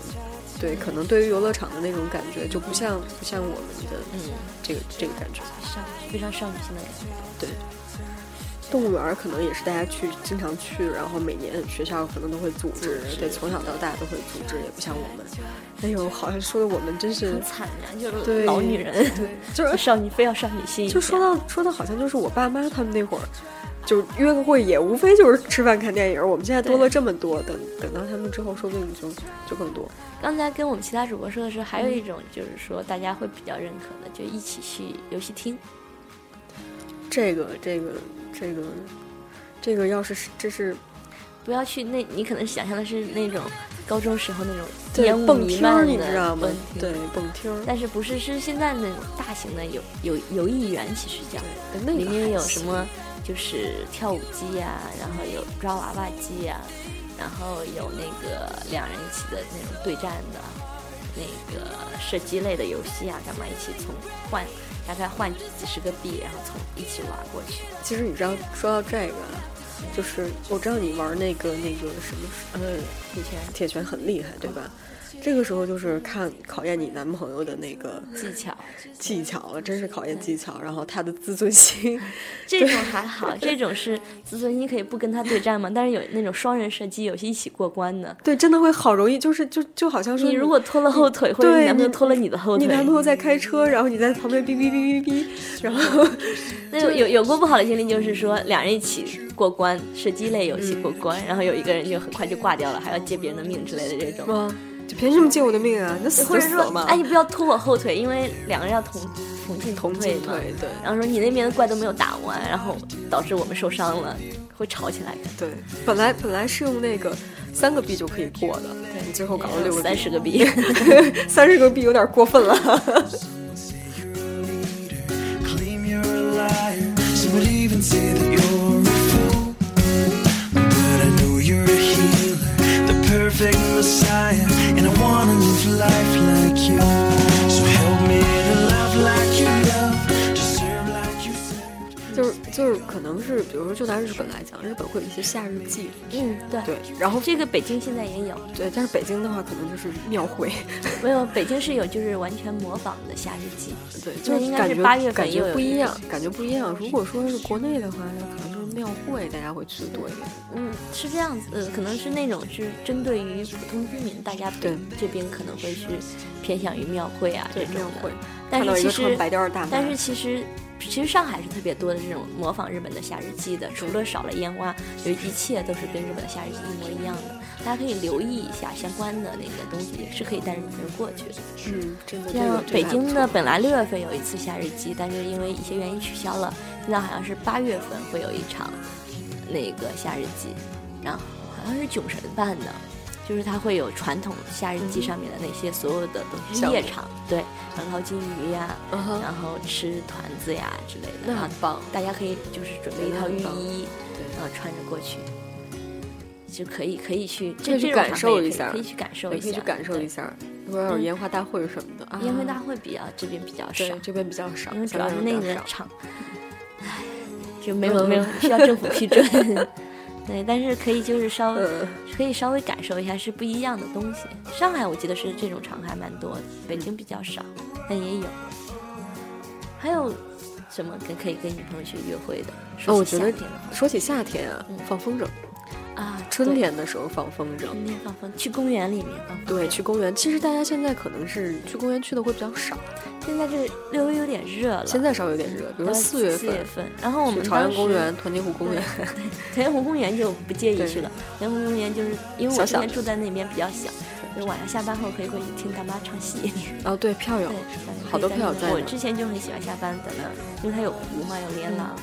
S3: 对，可能对于游乐场的那种感觉就不像不像我们的
S2: 嗯，
S3: 这个这个感觉。
S2: 少非常少女心的感觉。
S3: 对，动物园儿可能也是大家去经常去，然后每年学校可能都会组织，对，从小到大都会组织，也不像我们。哎呦，好像说的我们真是
S2: 很。惨呀、就是
S3: 对
S2: 老女人，
S3: 对， 就是
S2: 少女非要少女心一下。
S3: 就说到说到好像就是我爸妈他们那会儿，就约个会也无非就是吃饭看电影儿。我们现在多了这么多，等等到他们之后，说不定就就更多。
S2: 刚才跟我们其他主播说的时候，还有
S3: 嗯
S2: 一种就是说大家会比较认可的，就一起去游戏厅。
S3: 这个这个这个这个要是这是
S2: 不要去那，你可能想象的是那种高中时候那种
S3: 对
S2: 烟雾
S3: 蹦
S2: 弥
S3: 厅儿，
S2: 漫
S3: 你
S2: 的
S3: 知道吗
S2: 蹦？厅
S3: 对，，蹦厅儿，
S2: 但是不是是现在那种大型的游游游艺园，其实叫
S3: 对哎那个
S2: 里面
S3: 还
S2: 有
S3: 行
S2: 什么就是跳舞机呀、然后有抓娃娃机呀、然后有那个两人一起的那种对战的，那个射击类的游戏啊，干嘛一起从换大概换几十个币，然后从一起玩过去。
S3: 其实你知道，说到这个，就是我知道你玩那个那个什么，呃，
S2: 以前
S3: 铁拳很厉害，对吧？这个时候就是看考验你男朋友的那个
S2: 技巧，
S3: 技巧了，真是考验技巧，然后他的自尊心。
S2: 这种还好，这种是自尊心可以不跟他对战嘛，但是有那种双人射击游戏一起过关的。
S3: 对，真的会好容易，就是就就好像说
S2: 你如果拖了后腿，或者
S3: 对
S2: 你男朋友
S3: 你
S2: 拖了你的后
S3: 你
S2: 腿，
S3: 男朋友在开车，然后你在旁边哔哔哔哔哔，然后
S2: 那有有有过不好的经历，就是说两人一起过关，射击类游戏过关，然后有一个人就很快就挂掉了，还要借别人的命之类的这种。
S3: 啊，就凭什么借我的命啊？那死
S2: 或者
S3: 就死
S2: 说
S3: 了嘛，，
S2: 哎，你不要拖我后腿，因为两个人要同同进
S3: 同
S2: 退
S3: 进
S2: 嘛。
S3: 退，对
S2: 然后说你那边的怪都没有打完，然后导致我们受伤了，会吵起来的。
S3: 对。本来本来是用那个三个币就可以过的，你最后搞了六个币，
S2: 三十个 币，
S3: 三十个币有点过分了。
S6: Claim you're a liar. Some would even say that you're a fool. But I know you're a healer, the perfect messiah. And I wanna live life like you. So help me to love like you love, to serve like you serve.
S3: 就是就是，可能是比如说，就拿日本来讲，日本会有一些夏日祭，
S2: 嗯，对。
S3: 对，然后
S2: 这个北京现在也有，
S3: 对，但是北京的话，可能就是庙会，
S2: 没有北京是有，就是完全模仿的夏日祭。
S3: 对，
S2: 那
S3: 就
S2: 应该
S3: 感
S2: 是
S3: 觉
S2: 八月份
S3: 感
S2: 又
S3: 觉
S2: 有
S3: 不
S2: 一
S3: 一
S2: 个
S3: 样，感觉不一样。如果说是国内的话，那可能就是庙会，大家会去多一点。
S2: 嗯，是这样子，呃，可能是那种是针对于普通居民，大家
S3: 对
S2: 这边可能会是偏向于庙会啊这
S3: 对，
S2: 种
S3: 庙会嗯
S2: 的。，但
S3: 看到
S2: 是
S3: 一
S2: 其
S3: 个穿
S2: 实，
S3: 白貂儿的大妈，
S2: 但是其实，其实上海是特别多的这种模仿日本的夏日祭的，除了少了烟花，有一切都是跟日本的夏日祭一模一样的。大家可以留意一下相关的那个东西，也是可以带着女朋友过去的。
S3: 嗯，真的，这个
S2: 像
S3: 这个
S2: 北
S3: 还
S2: 京
S3: 不
S2: 呢，
S3: 错
S2: 本来六月份有一次夏日祭，但是因为一些原因取消了，现在好像是八月份会有一场那个夏日祭，然后好像是囧神办的，就是它会有传统夏日
S3: 嗯
S2: 祭上面的那些所有的东西，
S3: 项目
S2: 夜场对，然后捞金鱼呀、
S3: 嗯哼
S2: 然后吃团子呀之类的，
S3: 那
S2: 然后
S3: 很棒
S2: 大家可以就是准备一套浴
S3: 真的很棒
S2: 衣，然后穿着过去。就可以可以去这
S3: 可以去
S2: 这种
S3: 感
S2: 场合
S3: 受
S2: 也可
S3: 一
S2: 以
S3: 下
S2: 可以去感受
S3: 也
S2: 一下，
S3: 可以去感受
S2: 对嗯
S3: 一下。如果要有烟花大会什么的啊，
S2: 烟灰大会比较这边比较少
S3: 对，这边比较少，
S2: 因为主
S3: 相
S2: 要
S3: 对
S2: 是
S3: 比
S2: 那
S3: 较
S2: 个
S3: 少
S2: 厂，唉，就没有
S3: 嗯
S2: 没有需要政府批 准。对，但是可以就是稍微
S3: 呃，
S2: 可以稍微感受一下是不一样的东西。上海我记得是这种场还蛮多的，北京比较少，但也有。还有什么跟可以跟女朋友去约会的？说
S3: 哦，我
S2: 起
S3: 觉得
S2: 夏天的话
S3: 说起夏天啊
S2: 嗯，
S3: 放风筝，
S2: 啊，
S3: 春
S2: 对
S3: 天的时候放风筝，
S2: 春天放风，去公园里面放风。
S3: 对，去公园。其实大家现在可能是去公园去的会比较少，
S2: 现在这略微有点热了，
S3: 现在稍微有点热，比如说
S2: 呃
S3: 四月
S2: 四月
S3: 份
S2: 份，然后我
S3: 去
S2: 们
S3: 朝阳
S2: 当时
S3: 公园、团结湖公园，
S2: 朝阳湖公园就不介意
S3: 对
S2: 去了。朝阳湖公园就是因为我
S3: 小
S2: 之
S3: 小
S2: 前
S3: 的
S2: 住在那边比较小，就晚上下班后可以过去听大妈唱 戏。
S3: 哦，对，票友
S2: 对，
S3: 好多票友在
S2: 我
S3: 那儿
S2: 之前就很喜欢下班在那儿，因为它有湖嘛，有
S3: 嗯
S2: 连廊，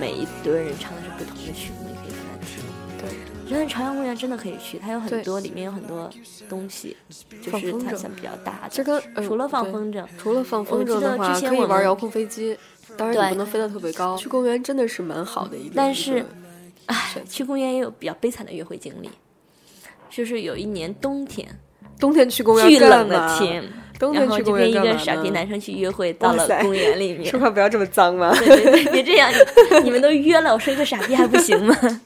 S2: 每一堆人唱的是不同的曲目，你可以在那听。对，觉得朝阳公园真的可以去，它有很
S3: 对
S2: 多，里面有很多东西，就
S3: 放
S2: 是
S3: 风
S2: 它
S3: 筝
S2: 算比较大
S3: 这
S2: 的。
S3: 跟呃
S2: 除了放
S3: 对
S2: 风筝，
S3: 除了放风
S2: 我记得
S3: 筝的话，
S2: 之前
S3: 可以
S2: 我们
S3: 玩遥控飞机，当然
S2: 对
S3: 你不能飞得特别高。去公园真的是蛮好的一个，
S2: 但
S3: 一
S2: 是
S3: 个
S2: 去公园也有比较悲惨的约会经历，就是有一年冬天，
S3: 冬天去公园
S2: 巨冷
S3: 干
S2: 的
S3: 嘛
S2: 天，，
S3: 冬
S2: 然
S3: 天
S2: 后
S3: 去
S2: 就
S3: 公
S2: 跟
S3: 园
S2: 一
S3: 干
S2: 个
S3: 嘛
S2: 傻逼
S3: 呢
S2: 男生去约会，到
S3: 哇
S2: 了
S3: 塞
S2: 公园里面
S3: 说。话不要这么脏嘛。
S2: 对别这样， 你你们都约了，我是一个傻逼还不行吗？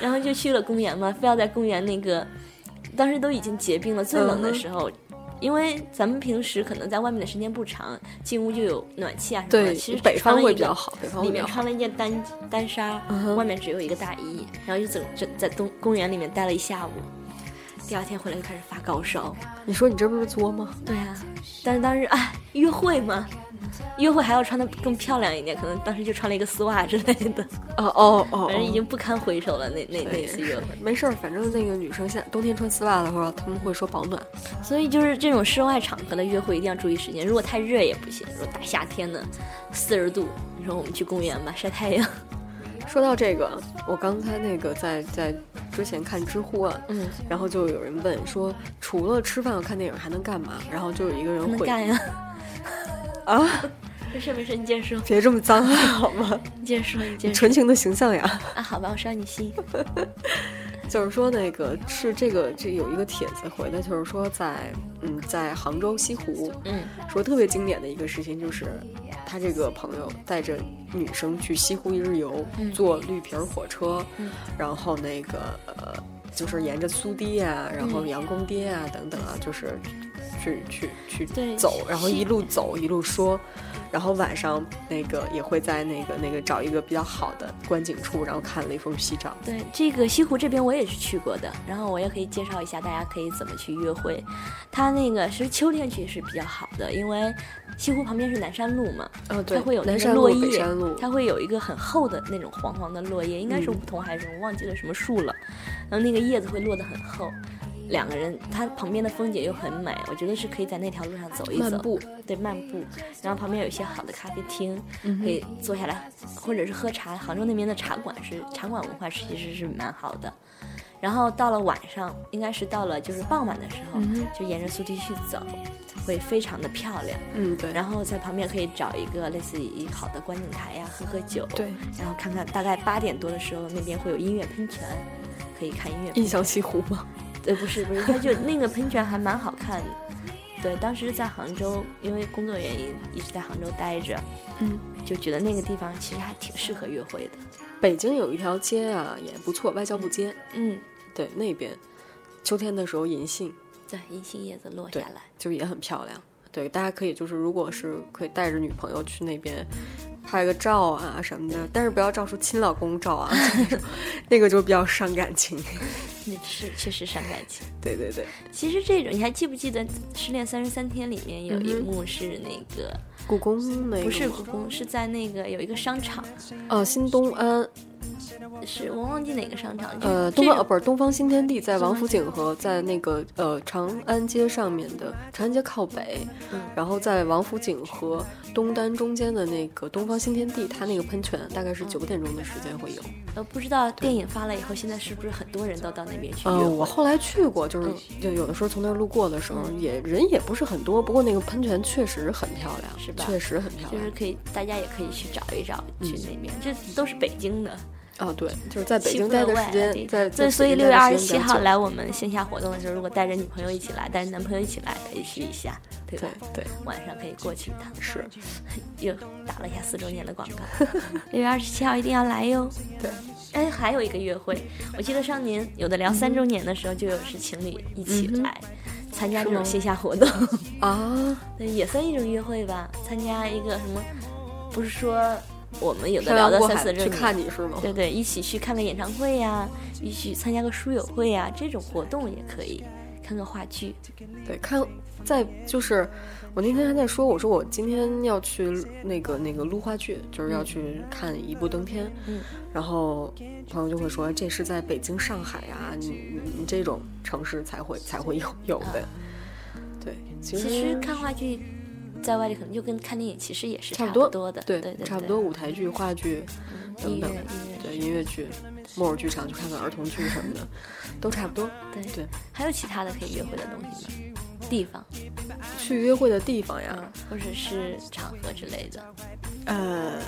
S2: 然后就去了公园嘛，非要在公园那个，当时都已经结冰了，最
S3: 嗯
S2: 冷的时候。因为咱们平时可能在外面的时间不长，进屋就有暖气啊什么的。
S3: 对
S2: 其实，
S3: 北
S2: 穿
S3: 方
S2: 了一
S3: 会
S2: 个
S3: 比较好，北方会
S2: 里
S3: 比
S2: 面
S3: 较好。
S2: 穿了一件单单纱，
S3: 嗯哼
S2: 外面只有一个大衣，然后就整整在东公园里面待了一下午。第二天回来就开始发高烧。
S3: 你说你这不是作吗？
S2: 对啊，但是当时哎，约会嘛，约会还要穿的更漂亮一点，可能当时就穿了一个丝袜之类的，
S3: 哦哦哦，
S2: 反正已
S3: 哦
S2: 经不堪回首了。那那那
S3: 对
S2: 次约会，
S3: 没事儿，反正那个女生夏冬天穿丝袜的话，她们会说保暖。
S2: 所以就是这种室外场合的约会一定要注意时间，如果太热也不行。如果大夏天的四十度，你说我们去公园吧，晒太阳。
S3: 说到这个，我刚才那个在在之前看知乎啊，
S2: 嗯，
S3: 然后就有人问说，除了吃饭和看电影还能干嘛？然后就有一个人
S2: 能
S3: 回
S2: 干呀。
S3: 啊，
S2: 没事没事，你接着说，
S3: 别这么脏啊好吗？
S2: 你接着说，你接着说
S3: 纯情的形象呀，
S2: 啊！好吧，我伤你心。
S3: 就是说那个是这个这有一个帖子回的，就是说在嗯在杭州西湖，
S2: 嗯，
S3: 说特别经典的一个事情就是，他这个朋友带着女生去西湖一日游，
S2: 嗯
S3: 坐绿皮儿火车，然后那个呃，就是沿着苏堤啊，然
S2: 嗯
S3: 后杨公堤啊等等啊，就是去去去
S2: 对
S3: 走，然后
S2: 西
S3: 一路走一路说。然后晚上那个也会在那个那个找一个比较好的观景处，然后看雷锋夕照。
S2: 对，这个西湖这边我也是去过的，然后我也可以介绍一下大家可以怎么去约会。它那个是秋天去是比较好的，因为西湖旁边是南山路嘛，它
S3: 哦，对，
S2: 会有那
S3: 南
S2: 个
S3: 山
S2: 落
S3: 路、北
S2: 叶
S3: 山路，，
S2: 它会有一个很厚的那种黄黄的落叶，应该是
S3: 嗯
S2: 梧桐还是什么，忘记了什么树了。然后那个叶子会落得很厚，两个人，它旁边的风景又很美，我觉得是可以在那条路上走一走，
S3: 漫步
S2: 对漫步。然后旁边有一些好的咖啡厅，
S3: 嗯
S2: 可以坐下来，或者是喝茶。杭州那边的茶馆是茶馆文化，其实是蛮好的。然后到了晚上，应该是到了就是傍晚的时
S3: 嗯
S2: 候，就沿着苏堤去走，会非常的漂亮。
S3: 嗯，对，
S2: 然后在旁边可以找一个类似于好的观景台呀，喝喝酒，
S3: 对，
S2: 然后看看大概八点多的时候，那边会有音乐喷泉，可以看音乐喷
S3: 印象西湖嘛，
S2: 对，呃不是不是，它就那个喷泉还蛮好看的。对，当时在杭州，因为工作原因一直在杭州待着，
S3: 嗯，
S2: 就觉得那个地方其实还挺适合约会的。
S3: 北京有一条街啊也不错，外交部街，
S2: 嗯，
S3: 对，那边秋天的时候银杏
S2: 对，银杏叶子落下
S3: 对
S2: 来，
S3: 就是也很漂亮。对，大家可以就是如果是可以带着女朋友去那边拍个照啊什么的，但是不要照出亲老公照啊， 就那种那个就比较伤感情。
S2: 那是确实伤感情。
S3: 对对对，
S2: 其实这种你还记不记得《失恋三十三天》里面有一
S3: 嗯哼
S2: 幕是那个、
S3: 故宫那个
S2: 不是
S3: 吗
S2: 故宫，是在那个有一个商场，
S3: 哦，新东安
S2: 是我忘记哪个商场，就是
S3: 呃
S2: 嗯这
S3: 东方呃
S2: 种
S3: 不是东方新天地，在王府井和在那个呃长安街上面的长安街靠北，
S2: 嗯
S3: 然后在王府井和东单中间的那个东方新天地，它那个喷泉大概是九点钟的时间会有。
S2: 呃不知道电影发了以后，现在是不是很多人都到那边去约
S3: 呃，
S2: 会？
S3: 我后来去过，就是
S2: 嗯
S3: 就有的时候从那儿路过的时候，也人也不是很多，不过那个喷泉确实很漂亮，
S2: 是吧
S3: 确实很漂
S2: 就
S3: 亮
S2: 是。可以，大家也可以去找一找，去那边，这都是北京的，
S3: 啊，对，就是在北
S2: 欺
S3: 京
S2: 负
S3: 待
S2: 人
S3: 的时
S2: 外
S3: 间，在在
S2: 对，所以
S3: 北京
S2: 六月
S3: 待
S2: 二
S3: 的
S2: 十
S3: 时
S2: 七
S3: 间比较
S2: 号
S3: 久，
S2: 来我们线下活动的时候，如果带着女朋友一起来，带着男朋友一起来，可以试一下，对吧
S3: 对？对，
S2: 晚上可以过去一趟，
S3: 是，
S2: 又打了一下四周年的广告。六月二十七号一定要来哟。
S3: 对，
S2: 哎，还有一个约会，我记得上年有的聊三周年的时候，就有是情侣一起
S3: 嗯
S2: 来参加这种线下活动，
S3: 啊，
S2: 对也算一种约会吧。参加一个什么，不是说我们有的
S3: 漂
S2: 聊
S3: 洋
S2: 到
S3: 过
S2: 三四周
S3: 海
S2: 年
S3: 去看你是吗？
S2: 对对，一起去看个演唱会呀、一起参加个书友会呀、这种活动也可以。看个话剧，
S3: 对，看在就是我那天还在说，我说我今天要去那个那个录话剧，就是要去看一部登天，
S2: 嗯，
S3: 然后朋友就会说这是在北京、上海啊，你你你这种城市才会才会有有的， 对，其
S2: 嗯其实看话剧，在外地可能就跟看电影其实也是
S3: 差
S2: 差
S3: 不
S2: 不
S3: 多
S2: 多的，
S3: 对
S2: 对对，
S3: 差不多舞台剧、话剧
S2: 音
S3: 等
S2: 乐
S3: 等
S2: 音，乐
S3: 对音乐剧、木偶剧场去看看儿童剧什么的，
S2: 嗯
S3: 都差不多。
S2: 对
S3: 对，
S2: 还有其他的可以约会的东西吗？地方，
S3: 去约会的地方呀，
S2: 嗯，或者是场合之类的，
S3: 呃，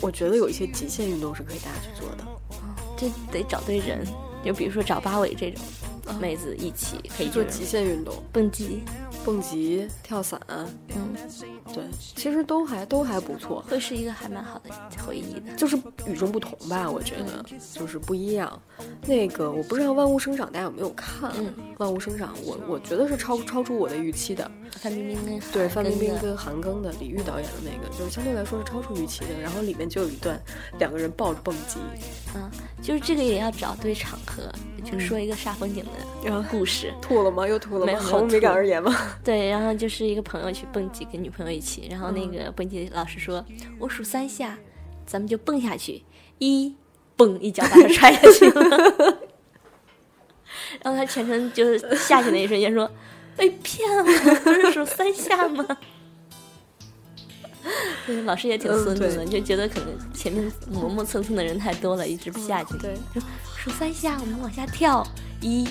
S3: 我觉得有一些极限运动是可以大家去做的。
S2: 这得找对人，就比如说找八尾这种妹子一起可以
S3: 哦做
S2: 这种
S3: 极限运动，
S2: 蹦极，
S3: 蹦极、跳伞，
S2: 嗯，
S3: 对，其实都还都还不错，
S2: 会是一个还蛮好的回忆的。
S3: 就是与众不同吧，我觉得
S2: 嗯
S3: 就是不一样。那个我不知道《万物生长》大家有没有看？
S2: 嗯
S3: 万物生长》我我觉得是超超出我的预期的。
S2: 范冰冰跟
S3: 对，
S2: 韩
S3: 范冰
S2: 庚
S3: 冰
S2: 的
S3: 跟韩庚的李玉导演的那个，就是相对来说是超出预期的。然后里面就有一段两个人抱着蹦极，
S2: 嗯，就是这个也要找对场合，就说一个煞风景的故事。
S3: 吐了吗？又吐了
S2: 嗯没
S3: 吗？
S2: 有
S3: 毫
S2: 没
S3: 无
S2: 有
S3: 美感
S2: 吐
S3: 而言吗？
S2: 对，然后就是一个朋友去蹦极，跟女朋友一起，然后
S3: 嗯
S2: 那个蹦极老师说：“我数三下，咱们就蹦下去，一蹦一脚把他踹下去了。” 然后他全程就是下去那一瞬间说：“被骗了，不是数三下吗？” 对，老师也挺
S3: 嗯
S2: 孙子的，就
S3: 对
S2: 觉得可能前面磨磨蹭蹭的人太多了，一直不下去。
S3: 嗯对，
S2: 数三下，我们往下跳，一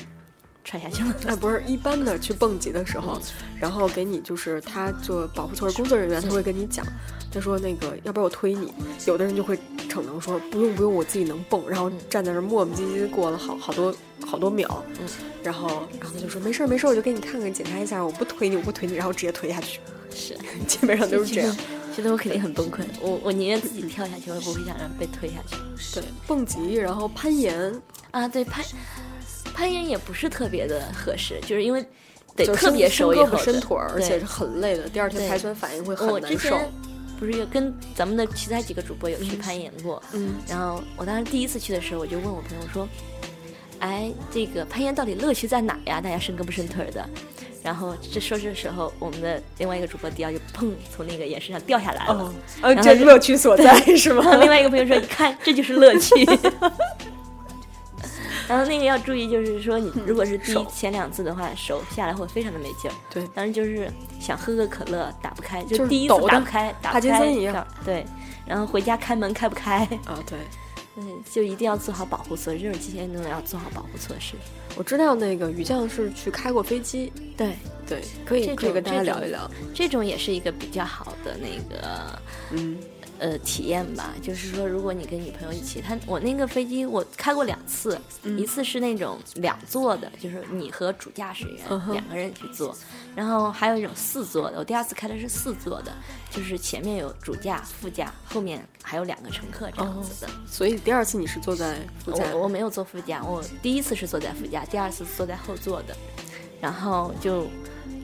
S2: 踹下去了。
S3: 哎，不是一般的去蹦极的时候，然后给你就是他做保护措施工作人员，他会跟你讲，他说那个要不然我推你，有的人就会逞能说不用不用，我自己能蹦，然后站在那儿磨磨唧唧地过了好好多好多秒，
S2: 嗯
S3: 然后然后他就说没事儿没事儿，我就给你看看检查一下，我不推你我不推你，然后直接推下去，
S2: 是。
S3: 基本上都是这样。
S2: 觉得我肯定很崩溃，我我宁愿自己跳下去，我也不会想让被推下去。
S3: 对，蹦极，然后攀岩，
S2: 啊，对，攀攀岩也不是特别的合适，就是因为得
S3: 就是
S2: 特别
S3: 伸
S2: 熟以
S3: 胳
S2: 后
S3: 膊
S2: 的
S3: 伸腿儿，而
S2: 对
S3: 且是很累的，第二天
S2: 对
S3: 排酸反应会
S2: 我
S3: 很
S2: 之
S3: 难受。
S2: 前不是有跟咱们的其他几个主播有去攀岩过，
S3: 嗯
S2: 然后我当时第一次去的时候，我就问我朋友说：“哎，这个攀岩到底乐趣在哪呀？大家伸胳膊伸腿儿的。”然后这说这时候，我们的另外一个主播迪奥就砰从那个岩石上掉下来了。
S3: 哦，呃，
S2: 然后
S3: 这
S2: 就
S3: 乐趣所在是吗
S2: 然？后另外一个朋友说：“你看，这就是乐趣。”然后那个要注意，就是说你如果是第一
S3: 嗯手
S2: 前两次的话，手下来会非常的没劲儿。
S3: 对
S2: 当时就是想喝个可乐，打不开，就是第一
S3: 抖
S2: 次
S3: 的
S2: 打不开，打
S3: 帕
S2: 不
S3: 金
S2: 开
S3: 森一样
S2: 这儿对，然后回家开门开不开，
S3: 啊，对。
S2: 嗯，就一定要做好保护措施，这种极限运动要做好保护措施。
S3: 我知道那个于酱是去开过飞机，
S2: 对，
S3: 对，可以
S2: 这
S3: 可以
S2: 种
S3: 跟大家聊一聊。
S2: 这种也是一个比较好的那个
S3: 嗯，
S2: 呃体验吧，就是说，如果你跟女朋友一起，她我那个飞机我开过两次，
S3: 嗯
S2: 一次是那种两座的，就是你和主驾驶员、
S3: 嗯哼
S2: 两个人去坐，然后还有一种四座的，我第二次开的是四座的，就是前面有主驾、副驾，后面还有两个乘客这样子的。
S3: 所以第二次你是坐在副驾，
S2: 我我没有坐副驾，我第一次是坐在副驾，第二次坐在后座的，然后就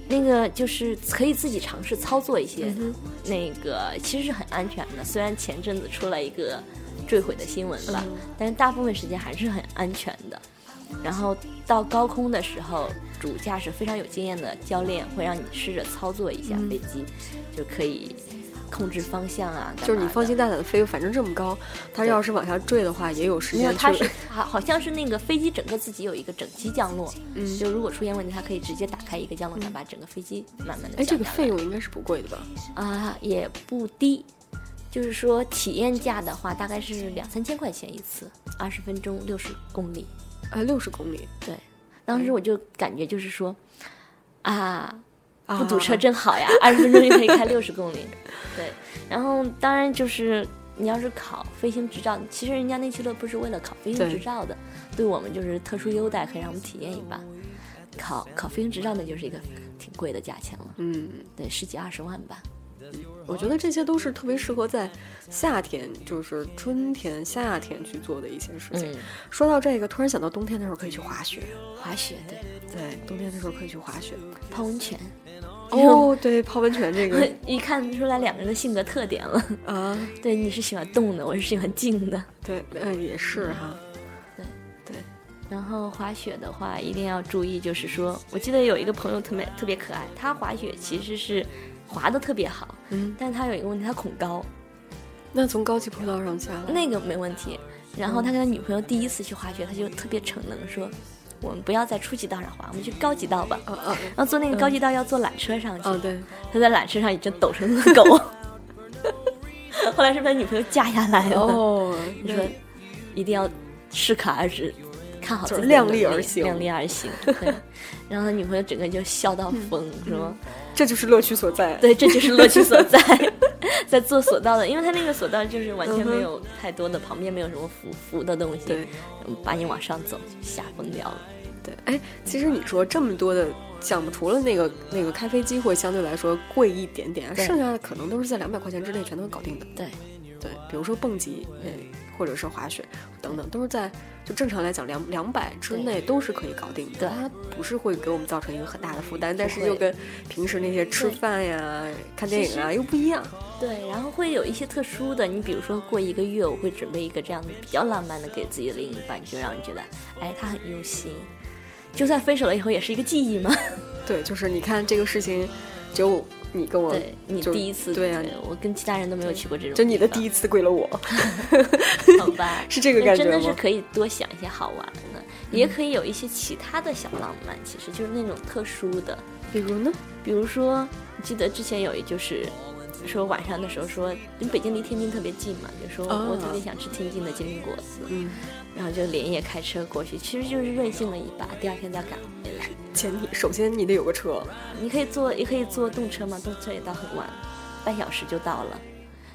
S2: 那个就是可以自己尝试操作一些，
S3: 嗯
S2: 那个其实是很安全的。虽然前阵子出了一个坠毁的新闻吧，
S3: 嗯
S2: 但是大部分时间还是很安全的。然后到高空的时候，主驾驶非常有经验的教练会让你试着操作一下
S3: 嗯
S2: 飞机，就可以控制方向啊。干
S3: 就是你
S2: 嘛
S3: 放
S2: 的
S3: 心大胆的飞，反正这么高，它要是往下坠的话，也有时
S2: 没有，
S3: 间
S2: 它
S3: 去
S2: 是。好，好像是那个飞机整个自己有一个整机降落，嗯，就如果出现问题，它可以直接打开一个降落伞，把整个飞机慢慢的。
S3: 嗯哎，这个费用应该是不贵的吧？
S2: 啊也不低，就是说体验价的话，大概是两三千块钱一次，二十分钟六十公里。
S3: 啊，六十公里，
S2: 对，当
S3: 嗯
S2: 时我就感觉就是说，啊，
S3: 啊
S2: 不堵车真好呀，二十分钟就可以开六十公里。对，然后当然就是你要是考飞行执照，其实人家那俱乐部是为了考飞行
S3: 对
S2: 执照的，对我们就是特殊优待，可以让我们体验一把。考考飞行执照那就是一个挺贵的价钱了，
S3: 嗯，
S2: 得十几二十万吧。
S3: 我觉得这些都是特别适合在夏天，就是春天、夏天去做的一些事情。
S2: 嗯，
S3: 说到这个，突然想到冬天的时候可以去滑雪，
S2: 滑雪对，
S3: 对，冬天的时候可以去滑雪。
S2: 泡温泉，
S3: 哦，对，泡温泉这个
S2: 一看出来两个人的性格特点了。
S3: 啊，
S2: 对，你是喜欢动的，我是喜欢静的。
S3: 对，呃，也是哈，
S2: 然后滑雪的话，一定要注意，就是说，我记得有一个朋友特别特别可爱，他滑雪其实是滑的特别好，
S3: 嗯，
S2: 但他有一个问题，他恐高，
S3: 那从高级坡道上下来，
S2: 那个没问题。
S3: 嗯
S2: 然后他跟他女朋友第一次去滑雪，他就特别逞能说，我们不要在初级道上滑，我们去高级道吧。
S3: 啊啊
S2: 然后坐那个高级道要坐缆车上去，
S3: 啊，对，
S2: 他在缆车上已经抖成了狗。 后来是被他女朋友架下来了。
S3: 哦，
S2: 你说一定要适可而止，看好自己的
S3: 就是量
S2: 能
S3: 力而
S2: 力
S3: 行
S2: 量力而行。对，然后他女朋友整个就笑到疯，说
S3: 这就是乐趣所在。：“
S2: 对，这就是乐趣所 在，在做索道的，因为他那个索道就是完全没有太多的，旁边没有什么浮浮的东西
S3: 对，
S2: 嗯把你往上走，吓疯掉了。
S3: 对，哎，其实你说这么多的项目，除了那个那个开飞机会相对来说贵一点点，
S2: 对
S3: 剩下的可能都是在两百块钱之内全都搞定的。
S2: 对，
S3: 对，比如说蹦极，嗯，或者是滑雪等等，都是在就正常来讲两两百之内都是可以搞定的。
S2: 对
S3: 它不是会给我们造成一个很大的负担，但是
S2: 会
S3: 又跟平时那些吃饭呀、看电影啊又不一样。
S2: 对，然后会有一些特殊的，你比如说过一个月，我会准备一个这样的比较浪漫的给自己的另一半，就让你觉得，哎，他很用心。就算分手了以后，也是一个记忆嘛。
S3: 对，就是你看这个事情，只有你跟我
S2: 对你
S3: 就
S2: 第一次，
S3: 对啊，
S2: 我跟其他人都没有去过这种地方，
S3: 就你的第一次跪了我，？
S2: 好吧
S3: 是这个感觉
S2: 真的
S3: 吗嗯
S2: 是可以多想一些好玩的，也可以有一些其他的小浪漫，其实就是那种特殊的，
S3: 比如呢？
S2: 比如说，我记得之前有一就是。说晚上的时候说，因为北京离天津特别近嘛，就说
S3: 哦
S2: 我特别想吃天津的煎饼果子，
S3: 嗯，
S2: 然后就连夜开车过去，其实就是任性了一把，第二天再赶回来。
S3: 前提首先你得有个车，
S2: 你可以坐，也可以坐动车嘛，动车也到很晚，半小时就到了，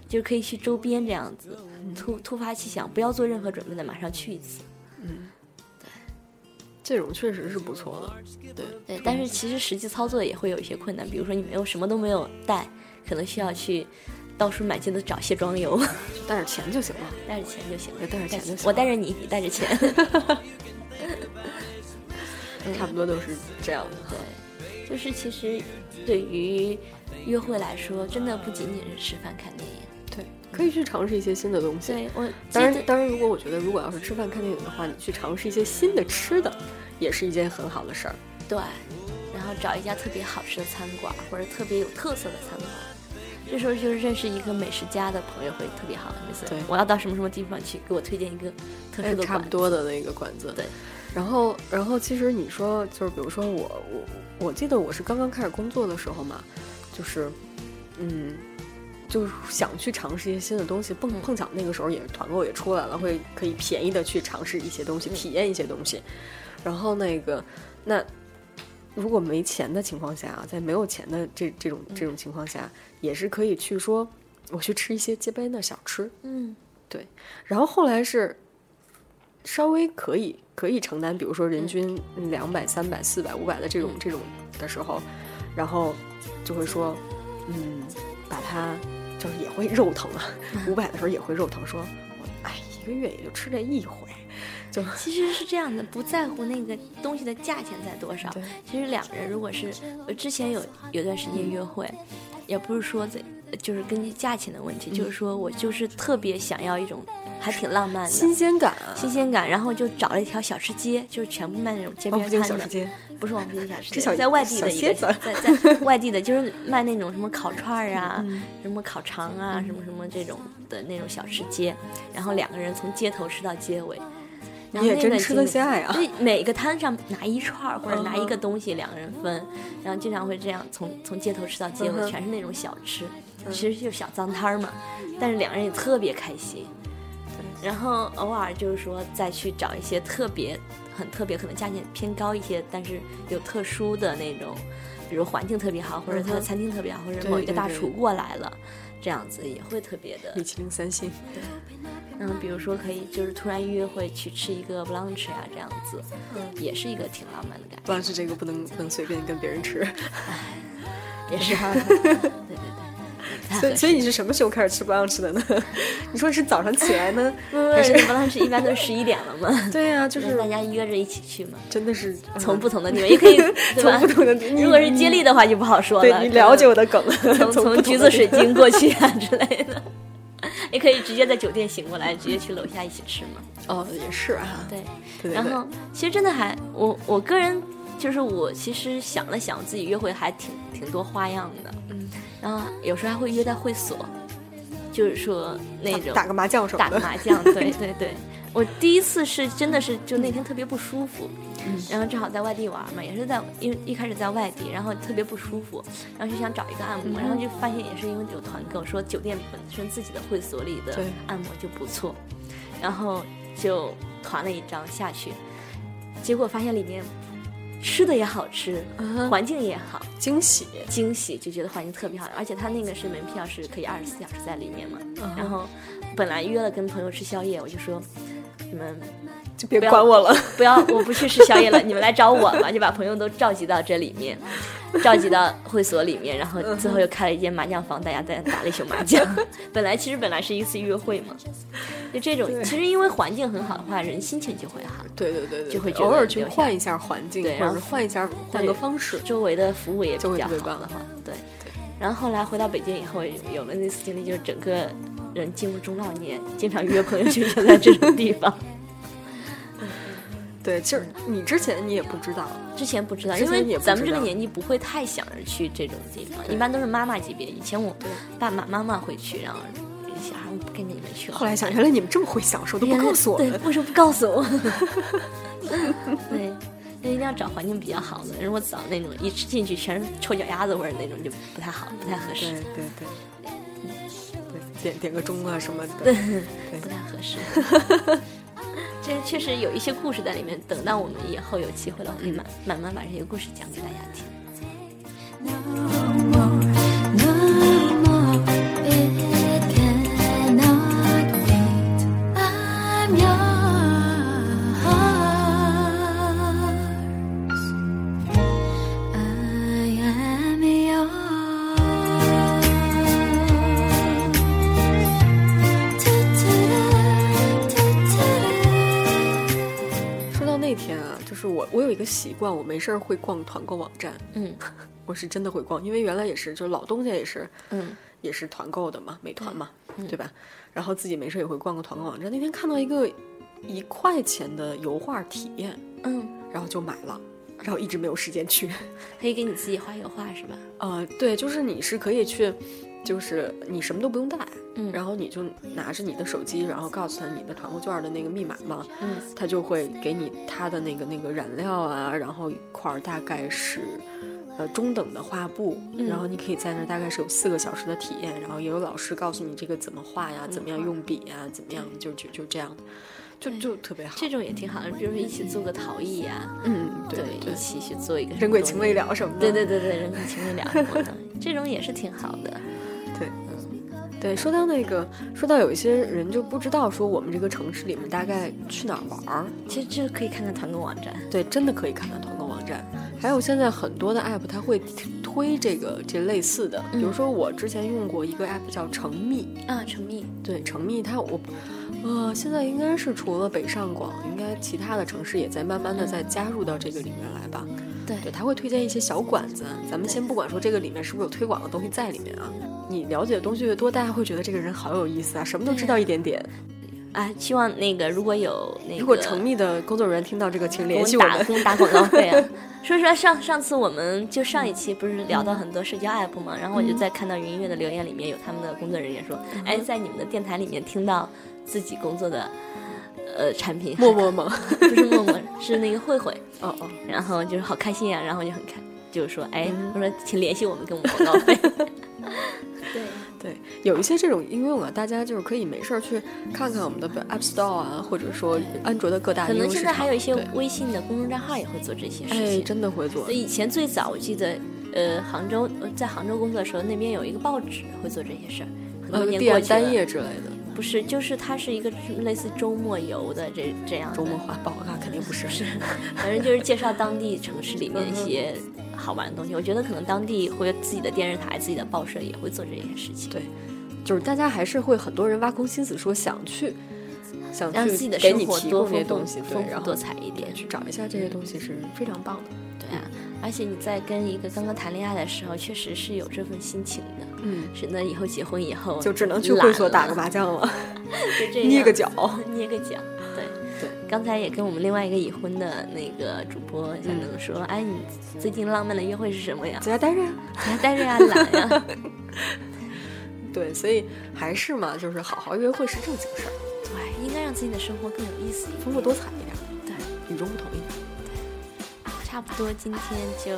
S2: 就可以去周边这样子，突突发奇想，不要做任何准备的，马上去一次。
S3: 这种确实是不错的。
S2: 对，但是其实实际操作也会有一些困难，比如说你没有什么都没有带，可能需要去到处满街的找卸妆油，
S3: 带点钱就行了。
S2: 带着钱就行了
S3: 对，带着钱就行了
S2: 我带着你，你带着 钱。嗯
S3: 差不多都是这样的。
S2: 对，就是其实对于约会来说，真的不仅仅是吃饭看电影。
S3: 对，可以去尝试一些新的东西。
S2: 对我
S3: 当
S2: 记得
S3: 然，当然，如果我觉得如果要是吃饭看电影的话，你去尝试一些新的吃的，也是一件很好的事儿。
S2: 对，然后找一家特别好吃的餐馆或者特别有特色的餐馆。这时候就是认识一个美食家的朋友会特别好。每次
S3: 对
S2: 我要到什么什么地方去，给我推荐一个特殊
S3: 哎
S2: 的
S3: 差
S2: 馆
S3: 不
S2: 子。
S3: 多的那个馆子。
S2: 对，
S3: 然后，然后其实你说，就是比如说我，我我记得我是刚刚开始工作的时候嘛，就是，嗯，就是想去尝试一些新的东西。碰碰巧那个时候也是团购也出来了，会可以便宜的去尝试一些东西，体验一些东西。然后那个，那如果没钱的情况下啊，在没有钱的这这种这种情况下，也是可以去说，我去吃一些街边的小吃。
S2: 嗯，
S3: 对，然后后来是稍微可以可以承担，比如说人均两百、三百、四百、五百的这种
S2: 嗯
S3: 这种的时候，然后就会说，嗯，把它就是也会肉疼啊， 五百的时候也会肉疼，说，哎，一个月也就吃这一回，就
S2: 其实是这样的，不在乎那个东西的价钱在多少
S3: 对。
S2: 其实两个人如果是我之前有有段时间约会，也不是说在呃就是根据价钱的问题，
S3: 嗯
S2: 就是说我就是特别想要一种还挺浪漫的
S3: 新鲜感啊。
S2: 新鲜感，然后就找了一条小吃街，就是全部卖那种街
S3: 王
S2: 边
S3: 府
S2: 摊
S3: 井
S2: 的。
S3: 哦小吃街，
S2: 不是王府井小吃
S3: 这小
S2: 街，在外地
S3: 小
S2: 的一个，
S3: 歇子儿
S2: 在在 外地的，就是卖那种什么烤串儿啊、
S3: 嗯
S2: 什么烤肠啊、什么什么这种的那种小吃街，然后两个人从街头吃到街尾。然后
S3: 你也
S2: 那
S3: 真
S2: 段
S3: 吃
S2: 经
S3: 得
S2: 历
S3: 下呀嗯
S2: 对，每个摊上拿一串儿或者拿一个东西，两个人分，然后经常会这样从从街头吃到街
S3: 嗯
S2: 尾，
S3: 哼嗯
S2: 全是那种小吃，其实就是小脏摊儿嘛。但是两个人也特别开心，然后偶尔就是说再去找一些特别、很特别，可能价钱偏高一些，但是有特殊的那种，比如环境特别好，或者他的餐厅特别好，或者某一个
S3: 嗯对对
S2: 大厨过来了，这样子也会特别的
S3: 米其林三星，
S2: 嗯，比如说可以就是突然约会去吃一个 brunch 啊，这样子，
S3: 嗯
S2: 也是一个挺浪漫的感
S3: 不然是这个不能不能随便跟别人吃。
S2: 觉，也是， 对对对，太合
S3: 所以，
S2: 适
S3: 所以你是什么时候开始吃 brunch 的呢？ 你说你是早上起 来呢，还
S2: 不是
S3: 是
S2: brunch 一般都是十一点了嘛，
S3: 对呀、就
S2: 就是是大家约着一起去嘛，
S3: 真的是
S2: 从不
S3: 嗯
S2: 同的地 方也可以，对吧？
S3: 从不同的地，你
S2: 如果是接力的话就不好说了。
S3: 对你了解我的梗了，
S2: 可 能从
S3: 从不
S2: 从
S3: 同
S2: 橘
S3: 的
S2: 子
S3: 地
S2: 水晶过去啊之类的， 也可以直接在酒店醒过来，直接去楼下一起吃嘛。
S3: 哦也是啊，
S2: 嗯对，
S3: 对对
S2: 然
S3: 对
S2: 后其实真的还我我个人就是我其实想了想，自己约会还挺挺多花样的。嗯，然后有时候还会约在会所，就是说那种
S3: 打个麻将什么
S2: 打个
S3: 的，
S2: 麻将， 对对对。我第一次是真的是就那天特别不舒服，
S3: 嗯
S2: 然后正好在外地玩嘛，也是在因为一开始在外地，然后特别不舒服，然后就想找一个按
S3: 嗯
S2: 摩，然后就发现也是因为有团购，说酒店本身自己的会所里的
S3: 对
S2: 按摩就不错，然后就团了一张下去，结果发现里面吃的也好吃，
S3: 嗯
S2: 环境也好，
S3: 惊喜，
S2: 惊喜，就觉得环境特别好，而且他那个是门票是可以二十四小时在里面嘛。然后本来约了跟朋友吃宵夜，我就说你们
S3: 就别
S2: 不要
S3: 管我了。，
S2: 不要，我不去吃宵夜了，你们来找我吧，就把朋友都召集到这里面，召集到会所里面，然后最后又开了一间麻将房，大家在打了一宿麻将。 本来其实本来是一次约会嘛，就这种，其实因为环境很好的话，人心情就会好。
S3: 对对对对，
S2: 就会觉
S3: 偶
S2: 得
S3: 尔去
S2: 留下
S3: 换一下环境，
S2: 对
S3: 或
S2: 然
S3: 者
S2: 后
S3: 是换一下换
S2: 对
S3: 个方式。
S2: 周围的服务也比
S3: 就会
S2: 较
S3: 特别
S2: 好
S3: 棒
S2: 的话，对。然后后来回到北京以后，有了那次经历，就是整个人进入中老年，经常约朋友就约在这种地 方。
S3: 对，其实
S2: 嗯
S3: 你之前你也不知道，
S2: 之前不知道，
S3: 之
S2: 因
S3: 前
S2: 为
S3: 也不
S2: 咱们这
S3: 知
S2: 个
S3: 道
S2: 年纪不会太想着去这种地方，一般都是妈妈级别。以前我爸爸妈妈会去，然后小孩我不跟着你们去了。
S3: 后来想，原来你们这么会享受，都不
S2: 原来
S3: 告诉我
S2: 对
S3: 们，。
S2: 为什么不告诉 我？对，那一定要找环境比较好的。如果找那种一吃进去全是臭脚丫子味儿那种，就不太好，不太合
S3: 对
S2: 适，
S3: 对对，对点点个钟啊什么的。
S2: 不太合适。 这确实有一些故事在里面。等到我们以后有机会了，我会慢慢慢把这些故事讲给大家听。
S1: No more, it cannot wait. I'm yours. I am yours. Ta-ta-da, ta-ta-da.
S3: 说到那天啊，就是我我有一个习惯，我没事儿会逛团购网站，
S2: 嗯
S3: 我是真的会逛，因为原来也是，就是老东家也是，
S2: 嗯，
S3: 也是团购的嘛，美团嘛，对吧？然后自己没事儿也会逛个团购网站。那天看到一个一块钱的油画体验，
S2: 嗯。
S3: 然后就买了，然后一直没有时间去。
S2: 可以给你自己画油画是吧？
S3: 呃，对，就是你是可以去，就是你什么都不用带，
S2: 嗯
S3: 然后你就拿着你的手机，然后告诉他你的团购券的那个密码嘛，
S2: 嗯，
S3: 他就会给你他的那个那个染料啊，然后一块儿大概是。呃，中等的画布，然后你可以在那儿大概是有四个小时的体验，然后也有老师告诉你这个怎么画呀，怎么样用笔呀，怎么样，就就就这样的，就就特别好。
S2: 这种也挺好的，比如说一起做个陶艺啊，
S3: 嗯，对对对
S2: 一，起去做一个什么
S3: 人鬼
S2: 东
S3: 情
S2: 西
S3: 未了什么的，
S2: 对对对对，人鬼情未了什么 的，这种也是挺好的。
S3: 对，对，说到那个，说到有一些人就不知道说我们这个城市里面大概去哪儿玩儿，
S2: 其实这个可以看看团购网站，
S3: 对，真的可以看看团购网站。还有现在很多的 app 它会推这个这类似的，
S2: 嗯
S3: 比如说我之前用过一个 app 叫成蜜，
S2: 啊，成蜜，
S3: 对，成蜜它我，呃，现在应该是除了北上广，应该其他的城市也在慢慢的在加入到这个里面来吧。
S2: 嗯对
S3: 对，它会推荐一些小馆子，咱们先不管说这个里面是不是有推广的东西在里面啊。你了解的东西越多，大家会觉得这个人好有意思啊，什么都知道一点点。
S2: 啊，希望那个如果有那个，
S3: 如果成密的工作人员听到这个，请
S2: 给我
S3: 联
S2: 们
S3: 系我
S2: 打
S3: 们。
S2: 给你打广告费啊。说实话，上上次我们就上一期不是聊到
S3: 嗯
S2: 很多社交 app 嘛，然后我就在看到云音乐的留言里面有他们的工作人员说，
S3: 嗯
S2: 哎，在你们的电台里面听到自己工作的呃产品，
S3: 默默吗？
S2: 不是默默，是那个慧慧，
S3: 哦哦，
S2: 然后就是好开心呀、啊然后就很开，就是说，哎，
S3: 嗯
S2: 我说请联系我们，给我们广告 费。
S3: 对，有一些这种应用啊，大家就是可以没事儿去看看我们的 App Store 啊，或者说安卓的各大
S2: 可
S3: 应
S2: 能
S3: 用市
S2: 现
S3: 场。
S2: 在还有一些
S3: 对
S2: 微信的公众账号也会做这些事
S3: 哎，
S2: 情。
S3: 真的会做
S2: 所。以以前最早我记得，呃，杭州呃在杭州工作的时候，那边有一个报纸会做这些事儿，很
S3: 呃
S2: 多，年过
S3: 点
S2: 去了。
S3: 单页之类的。
S2: 不是，就是它是一个类似周末游的这这样的
S3: 周末环保啊，肯定不是。
S2: 反正就是介绍当地城市里面一些
S3: 嗯
S2: 好玩的东西。我觉得可能当地会有自己的电视台、自己的报社也会做这件事情。
S3: 对就是大家还是会很多人挖空心思说想去，想
S2: 让
S3: 去
S2: 自己的
S3: 给
S2: 生
S3: 你
S2: 活
S3: 提
S2: 多
S3: 供这
S2: 丰
S3: 些
S2: 富
S3: 东西，对
S2: 丰，富
S3: 然
S2: 多
S3: 后
S2: 彩一点
S3: 对。去找一下这些东西是非常棒的。
S2: 对啊，而且你在跟一个刚刚谈恋爱的时候，确实是有这份心情的。
S3: 嗯，
S2: 是那以后结婚以后
S3: 就只能去会所
S2: 懒
S3: 打
S2: 了
S3: 个麻将了，
S2: 就这样
S3: 捏个脚。
S2: 捏个脚。对
S3: 对，
S2: 刚才也跟我们另外一个已婚的那个主播小能说，
S3: 嗯
S2: 哎，你最近浪漫的约会是什么呀？
S3: 在家待着呀。
S2: 还待着呀，懒 呀。
S3: 对，所以还是嘛，就是好好约会是正经事儿，
S2: 对，应该让自己的生活更有意思一点。
S3: 丰富多彩一点，嗯
S2: 对，
S3: 与众不同一点。
S2: 差不多今天就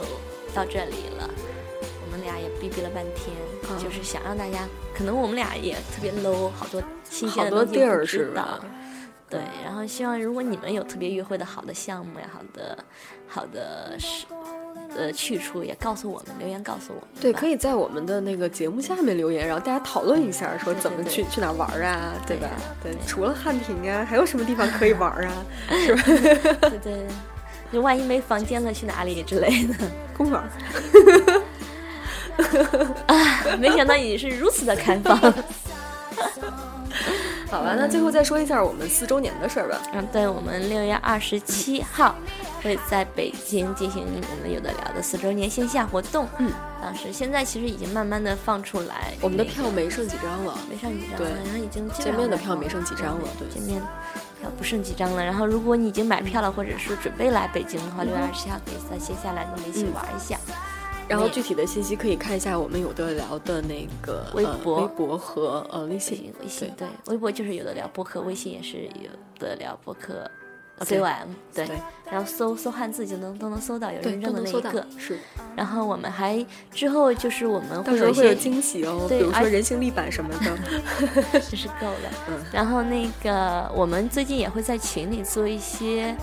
S2: 到这里了。我们俩也逼逼了半天，
S3: 嗯
S2: 就是想让大家，可能我们俩也特别 low，好多新鲜
S3: 好
S2: 的
S3: 多
S2: 东西
S3: 地
S2: 不
S3: 儿
S2: 知
S3: 是
S2: 道
S3: 吧？
S2: 对，然后希望如果你们有特别约会的好的项目呀，好的好的是呃去处，也告诉我们，留言告诉我们吧。
S3: 对，可以在我们的那个节目下面留言，然后大家讨论一下，说怎么去去哪玩儿啊，对吧？对，除了汉庭啊，还有什么地方可以玩儿啊？ 是吧？
S2: 对对对，就万一没房间了，去哪里之类的。
S3: 公园儿。
S2: 没想到你是如此的开 放。
S3: 好吧，那最后再说一下我们四周年的事儿吧。
S2: 嗯，对，我们六月二十七号会在北京进行我们有的聊的四周年线下活动。嗯，当时现在其实已经慢慢的放出来，
S3: 我们的票没剩几张了，
S2: 没上几张
S3: 对
S2: 了，然后已经基本上
S3: 见面的
S2: 买
S3: 票
S2: 好
S3: 没
S2: 了
S3: 剩几张了，对
S2: 见面票不剩几张了。然后如果你已经买票了，或者是准备来北京的话，六月二十七号可以在线下来跟我们一起
S3: 嗯
S2: 玩一下。
S3: 然后具体的信息可以看一下我们有的聊的那个
S2: 微
S3: 呃
S2: 博
S3: 微博和呃微
S2: 微
S3: 信
S2: 信，微信对，微博就是有的聊播客，微信也是有的聊播客。C O M 对
S3: 对，
S2: 然后搜搜汉字就能都能搜到有
S3: 对
S2: 认
S3: 都
S2: 证的
S3: 能
S2: 那
S3: 搜
S2: 一
S3: 到
S2: 个，，
S3: 是
S2: 然后我们还之后就是我们
S3: 到
S2: 会
S3: 时
S2: 有
S3: 候
S2: 一
S3: 会有
S2: 些
S3: 惊喜哦，
S2: 对
S3: 比
S2: 啊
S3: 如
S2: 而
S3: 说人形立板什么 的。
S2: 这是够了。然后那个我们最近也会在群里做一些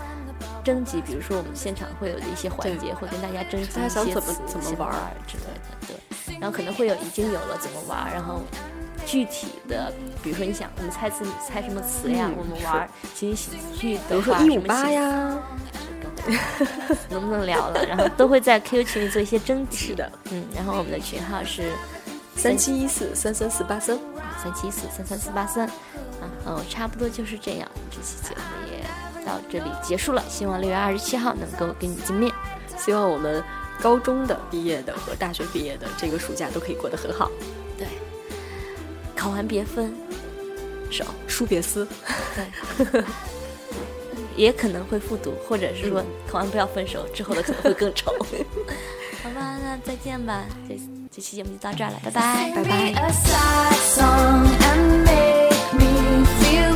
S2: 征集，比如说我们现场会有的一些环节，会跟大家征集
S3: 大家
S2: 一
S3: 想
S2: 些
S3: 怎么
S2: 词
S3: 怎么
S2: 先
S3: 玩
S2: 玩
S3: 儿
S2: 儿之类的，对。然后可能会有已经有了怎么玩儿，然后具体的，比如说你想我们猜词，猜什么词呀？
S3: 嗯
S2: 我们玩儿情景喜剧
S3: 比
S2: 的
S3: 如说
S2: 话，啊
S3: 一
S2: 什
S3: 五
S2: 么
S3: 八
S2: 喜，
S3: 呀，
S2: 能不能聊了？然 后都会在 QQ 群里做一些征集。
S3: 是的，
S2: 嗯，然后我们的群号是。
S3: 三七一四三三四八三，
S2: 三七四三三四八三，然后差不多就是这样，这期节目也到这里结束了。希望六月二十七号能够跟你见面。
S3: 希望我们高中的毕业的和大学毕业的这个暑假都可以过得很好，
S2: 对，考完别分手，
S3: 书别思，
S2: 也可能会复读，或者是说考完不要分手，之后的可能会更丑。 好吧，那再见吧，这这期节目就到这儿了，拜拜。
S3: 拜拜。
S1: a sad song and make me feel